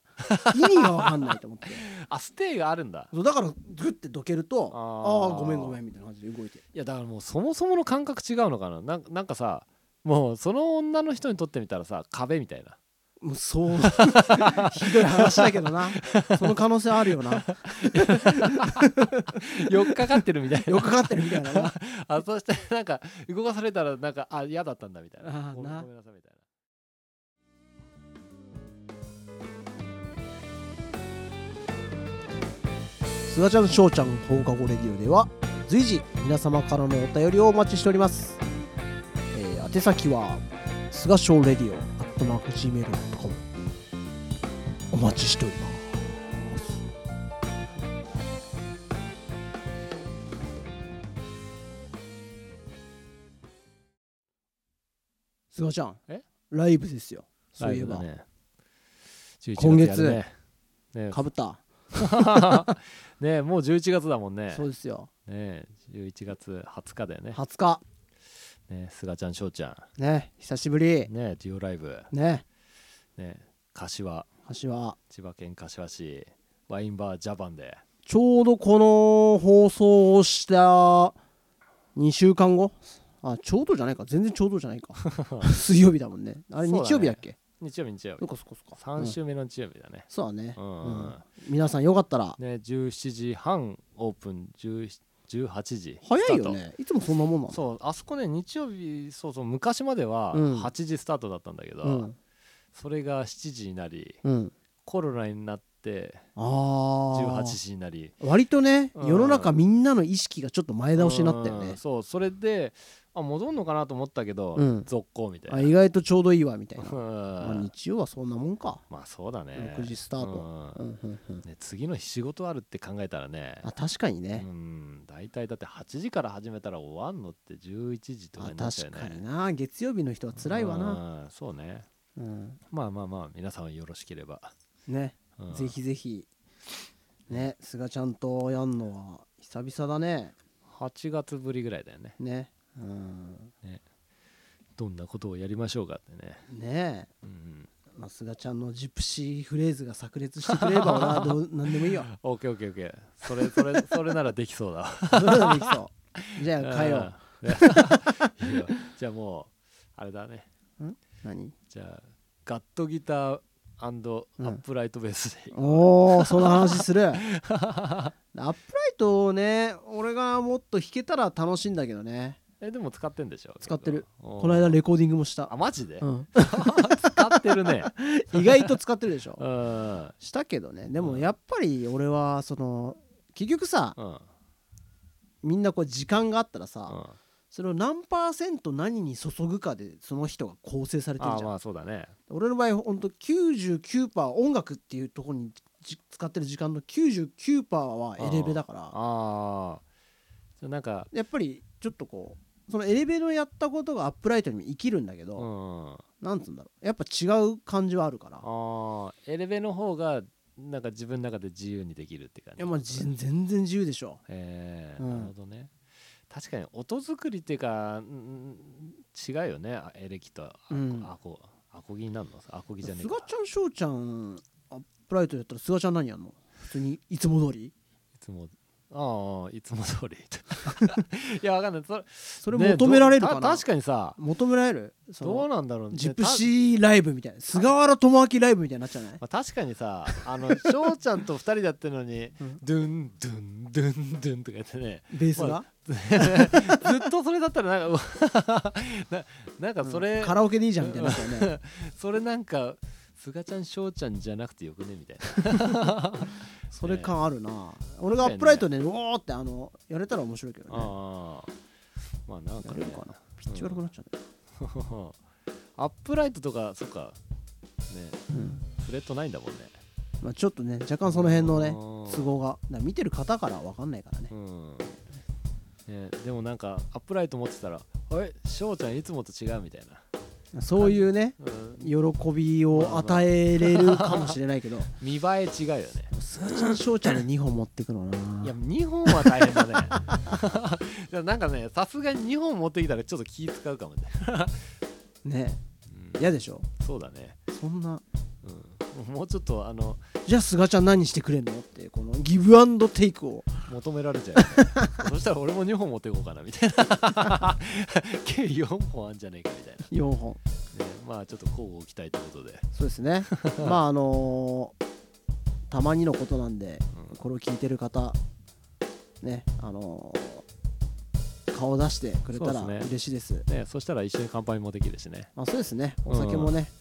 [SPEAKER 1] 意味が分かんないと思って
[SPEAKER 2] あステイがあるんだ
[SPEAKER 1] そうだからグッてどけるとあ
[SPEAKER 2] あー
[SPEAKER 1] あーごめんごめんみたいな感じで動いて
[SPEAKER 2] いやだからもうそもそもの感覚違うのかななんなんかさもうその女の人にとってみたらさ壁みたいな *laughs*
[SPEAKER 1] もうそう *laughs* ひどい話だけどなその可能性あるよな
[SPEAKER 2] よっかかってるみたい
[SPEAKER 1] よくかかってるみたいなな
[SPEAKER 2] なあそしてなんか動かされたらなんかあ嫌だったんだみたいな
[SPEAKER 1] あー
[SPEAKER 2] ごめん
[SPEAKER 1] な
[SPEAKER 2] ごめんなさいみたいな
[SPEAKER 1] すがちゃんしょうちゃん放課後レディオでは随時皆様からのお便りをお待ちしております、えー、宛先はすがしょうレディオアットマーク Gmail.com お待ちしておりますすがちゃん
[SPEAKER 2] え
[SPEAKER 1] ライブですよそういえば、
[SPEAKER 2] ライブだね11
[SPEAKER 1] 今月
[SPEAKER 2] やるねね
[SPEAKER 1] かぶった、
[SPEAKER 2] *laughs* ねもう11月だもんね
[SPEAKER 1] そうですよ
[SPEAKER 2] ね11月20日だよね
[SPEAKER 1] 20日
[SPEAKER 2] ねすがちゃんしょうちゃ
[SPEAKER 1] ね久しぶり
[SPEAKER 2] んねデュオライブ
[SPEAKER 1] ね
[SPEAKER 2] ね柏
[SPEAKER 1] 橋は
[SPEAKER 2] 千葉県柏市ワインバージャパンで
[SPEAKER 1] ちょうどこの放送をした2週間後あちょうどじゃないか全然ちょうどじゃ
[SPEAKER 2] *laughs*
[SPEAKER 1] ないか水曜日だもんねあれ
[SPEAKER 2] そうだね
[SPEAKER 1] 日曜日だっけ
[SPEAKER 2] 日曜日日曜
[SPEAKER 1] そ
[SPEAKER 2] 日
[SPEAKER 1] っかそっかそっか
[SPEAKER 2] 3
[SPEAKER 1] うん
[SPEAKER 2] 週目の日曜日だね
[SPEAKER 1] そうだね、
[SPEAKER 2] うん、
[SPEAKER 1] うん皆さんよかったら
[SPEAKER 2] ね17時半オープン17 18時
[SPEAKER 1] 早い
[SPEAKER 2] スタ
[SPEAKER 1] よ
[SPEAKER 2] ー
[SPEAKER 1] ねいつもそんなもん
[SPEAKER 2] ト
[SPEAKER 1] なの
[SPEAKER 2] そうあそこね日曜日そうそう昔までは
[SPEAKER 1] うん
[SPEAKER 2] 8時スタートだったんだけど、
[SPEAKER 1] うん
[SPEAKER 2] それが7時になり
[SPEAKER 1] うん
[SPEAKER 2] コロナになって
[SPEAKER 1] ああ
[SPEAKER 2] 18時になり
[SPEAKER 1] 割とね
[SPEAKER 2] うん
[SPEAKER 1] 世の中みんなの意識がちょっと前倒しになったよ
[SPEAKER 2] う
[SPEAKER 1] ね
[SPEAKER 2] んそうそれであ戻んのかなと思ったけど、
[SPEAKER 1] うん
[SPEAKER 2] 続行みたいな
[SPEAKER 1] あ意外とちょうどいいわみたいな、まあ、
[SPEAKER 2] うん
[SPEAKER 1] 日曜はそんなもんか
[SPEAKER 2] まあそうだね
[SPEAKER 1] 6時スター
[SPEAKER 2] ト
[SPEAKER 1] うんうんうん
[SPEAKER 2] ね、次の日仕事あるって考えたらね
[SPEAKER 1] あ確かに
[SPEAKER 2] う
[SPEAKER 1] ね、
[SPEAKER 2] ん大体だって8時から始めたら終わんのって11時とか
[SPEAKER 1] あ
[SPEAKER 2] になっちゃう
[SPEAKER 1] 確
[SPEAKER 2] よ
[SPEAKER 1] かに
[SPEAKER 2] ね
[SPEAKER 1] な月曜日の人は辛いわな、
[SPEAKER 2] なそうね
[SPEAKER 1] うん、
[SPEAKER 2] まあまあまあ皆さんよろしければ、
[SPEAKER 1] ね、
[SPEAKER 2] うん
[SPEAKER 1] ぜひぜひねすがちゃんとやんのは久々だね
[SPEAKER 2] 8月ぶりぐらいだよね
[SPEAKER 1] ねうん
[SPEAKER 2] どんなことをやりましょうかってね、
[SPEAKER 1] ね
[SPEAKER 2] うん
[SPEAKER 1] えまあすがちゃんのジプシーフレーズが炸裂してくれれば
[SPEAKER 2] *laughs*
[SPEAKER 1] 俺はどう何でもいいよ
[SPEAKER 2] オッケーオッケーオッケーそれそ
[SPEAKER 1] *laughs*
[SPEAKER 2] れそれならできそうだわ
[SPEAKER 1] そういうのできそうじゃあ変えよう
[SPEAKER 2] うんねいいよじゃあもうあれだね
[SPEAKER 1] 何
[SPEAKER 2] じゃあガットギターアップライトベースで、
[SPEAKER 1] おおその話
[SPEAKER 2] *laughs*
[SPEAKER 1] するアップライトをね俺がもっと弾けたら楽しいんだけどね
[SPEAKER 2] えでも使ってんでしょ
[SPEAKER 1] 使ってる
[SPEAKER 2] こ
[SPEAKER 1] この間レコーディングもし
[SPEAKER 2] あ
[SPEAKER 1] た、
[SPEAKER 2] マジで、
[SPEAKER 1] うん、
[SPEAKER 2] 使ってるね
[SPEAKER 1] 意外と使ってるでしょ
[SPEAKER 2] うん
[SPEAKER 1] したけどねでもやっぱり俺はその結局さ
[SPEAKER 2] うんうん
[SPEAKER 1] みんなこう時間があったらさ、それを何パーセント何に注ぐかでその人が構成されてる
[SPEAKER 2] あ
[SPEAKER 1] じゃん、
[SPEAKER 2] まあそうだね
[SPEAKER 1] 俺の場合ほんと99%音楽っていうところにじ使ってる時間の99%はエレベだから
[SPEAKER 2] ああじゃあなんか
[SPEAKER 1] やっぱりちょっとこうそのエレベのやったことがアップライトにも生きるんだけ
[SPEAKER 2] う
[SPEAKER 1] ど、
[SPEAKER 2] んあ
[SPEAKER 1] なんつうんだろうやっぱ違う感じはあるからい
[SPEAKER 2] ーエレベの方がなんか自分の中で自由にできるって感じ
[SPEAKER 1] やまあじ全然自由でしょ
[SPEAKER 2] えー
[SPEAKER 1] うん
[SPEAKER 2] なるほどね確かに音作りっていうかん違うよねあエレキとアコ,、
[SPEAKER 1] うん
[SPEAKER 2] アコアコギになるのアコギじゃね
[SPEAKER 1] す
[SPEAKER 2] え
[SPEAKER 1] が
[SPEAKER 2] か
[SPEAKER 1] ちゃんしょうちゃんアップライトやったらすがちゃん何やんの普通にいつも通り
[SPEAKER 2] いつもああいつも通
[SPEAKER 1] *laughs*
[SPEAKER 2] りいやわかんないそれ
[SPEAKER 1] それ
[SPEAKER 2] ね
[SPEAKER 1] 求められるか
[SPEAKER 2] ど
[SPEAKER 1] な、
[SPEAKER 2] た確かにさ
[SPEAKER 1] 求められるそ
[SPEAKER 2] どう
[SPEAKER 1] の
[SPEAKER 2] なんだろうね
[SPEAKER 1] ジプ
[SPEAKER 2] た
[SPEAKER 1] シーライブみたいな菅原智明ライブみたいになっちゃうね
[SPEAKER 2] まあ、確かにさあの翔ちゃんと二人でやってるのに、
[SPEAKER 1] うん
[SPEAKER 2] ドゥンドゥンドゥンドゥンとかやって
[SPEAKER 1] *laughs*
[SPEAKER 2] ね
[SPEAKER 1] ベース
[SPEAKER 2] ま
[SPEAKER 1] が、
[SPEAKER 2] ずっとそれだったらなんか *laughs* ななんかそれ、
[SPEAKER 1] うんカラオケでいいじゃんみたいになっちゃうね
[SPEAKER 2] それなんかすがちゃん翔ちゃんじゃなくてよくねみたいな
[SPEAKER 1] *laughs* それ感あるな俺がアップライトでねうおーってあのやれたら面白いけどね
[SPEAKER 2] ああまあなんか、
[SPEAKER 1] や
[SPEAKER 2] ね
[SPEAKER 1] れるかなピッチ悪くなっちゃうね、
[SPEAKER 2] *laughs* アップライトとかそっかね
[SPEAKER 1] うん
[SPEAKER 2] フレットないんだもんね
[SPEAKER 1] まあ、ちょっとね若干その辺のね
[SPEAKER 2] うん
[SPEAKER 1] 都合がだから見てる方から分かんないからね
[SPEAKER 2] うん、ね、でもなんかアップライト持ってたら「あれ翔ちゃんいつもと違う」みたいな、
[SPEAKER 1] そういうね
[SPEAKER 2] うん、
[SPEAKER 1] 喜びを与えれるかもしれないけど
[SPEAKER 2] 見栄え違うよね
[SPEAKER 1] すがちゃん翔ちゃんの2本持ってくのない
[SPEAKER 2] や2本は大変だね *laughs* いやなんかねさすがに2本持ってきたらちょっと気使うかもね、
[SPEAKER 1] ね
[SPEAKER 2] うん、
[SPEAKER 1] 嫌でしょ
[SPEAKER 2] そうだね、
[SPEAKER 1] そんな
[SPEAKER 2] うん、もうちょっとあの
[SPEAKER 1] じゃあすがちゃん何してくれんのってこのギブアンドテイクを
[SPEAKER 2] 求められちゃうよ *laughs* ね、そしたら俺も2本持っていこうかなみたいな *laughs* 計4本あんじゃねえかみたいな
[SPEAKER 1] 4本
[SPEAKER 2] ね、まあちょっと交互期待ということで、
[SPEAKER 1] そうです *laughs* ねまああのーたまにのことなんで
[SPEAKER 2] うん
[SPEAKER 1] これを聞いてる方ねあのー顔出してくれたら
[SPEAKER 2] そうですね
[SPEAKER 1] 嬉しいです
[SPEAKER 2] ね、そしたら一緒に乾杯もできるしね
[SPEAKER 1] まあ、そうですね
[SPEAKER 2] うん
[SPEAKER 1] お酒もね、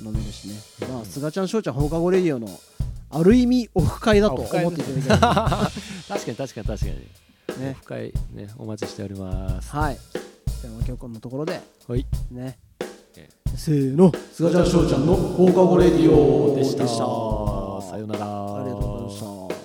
[SPEAKER 1] 飲めるしねま
[SPEAKER 2] う
[SPEAKER 1] あ
[SPEAKER 2] ん
[SPEAKER 1] すがちゃん翔ちゃん放課後レディオのある意味オフ会だと
[SPEAKER 2] あ
[SPEAKER 1] 思
[SPEAKER 2] オ
[SPEAKER 1] っ
[SPEAKER 2] フ
[SPEAKER 1] て
[SPEAKER 2] 会
[SPEAKER 1] いただければ
[SPEAKER 2] 確かに確かに確かに、オ
[SPEAKER 1] *laughs* ね
[SPEAKER 2] フ会ねお待ちしております
[SPEAKER 1] はいじゃあ今日このところで
[SPEAKER 2] はい
[SPEAKER 1] ね
[SPEAKER 2] え
[SPEAKER 1] せーのすがちゃん翔ちゃんの放課後レディオで
[SPEAKER 2] で
[SPEAKER 1] し
[SPEAKER 2] したたさようなら
[SPEAKER 1] ありがとうございました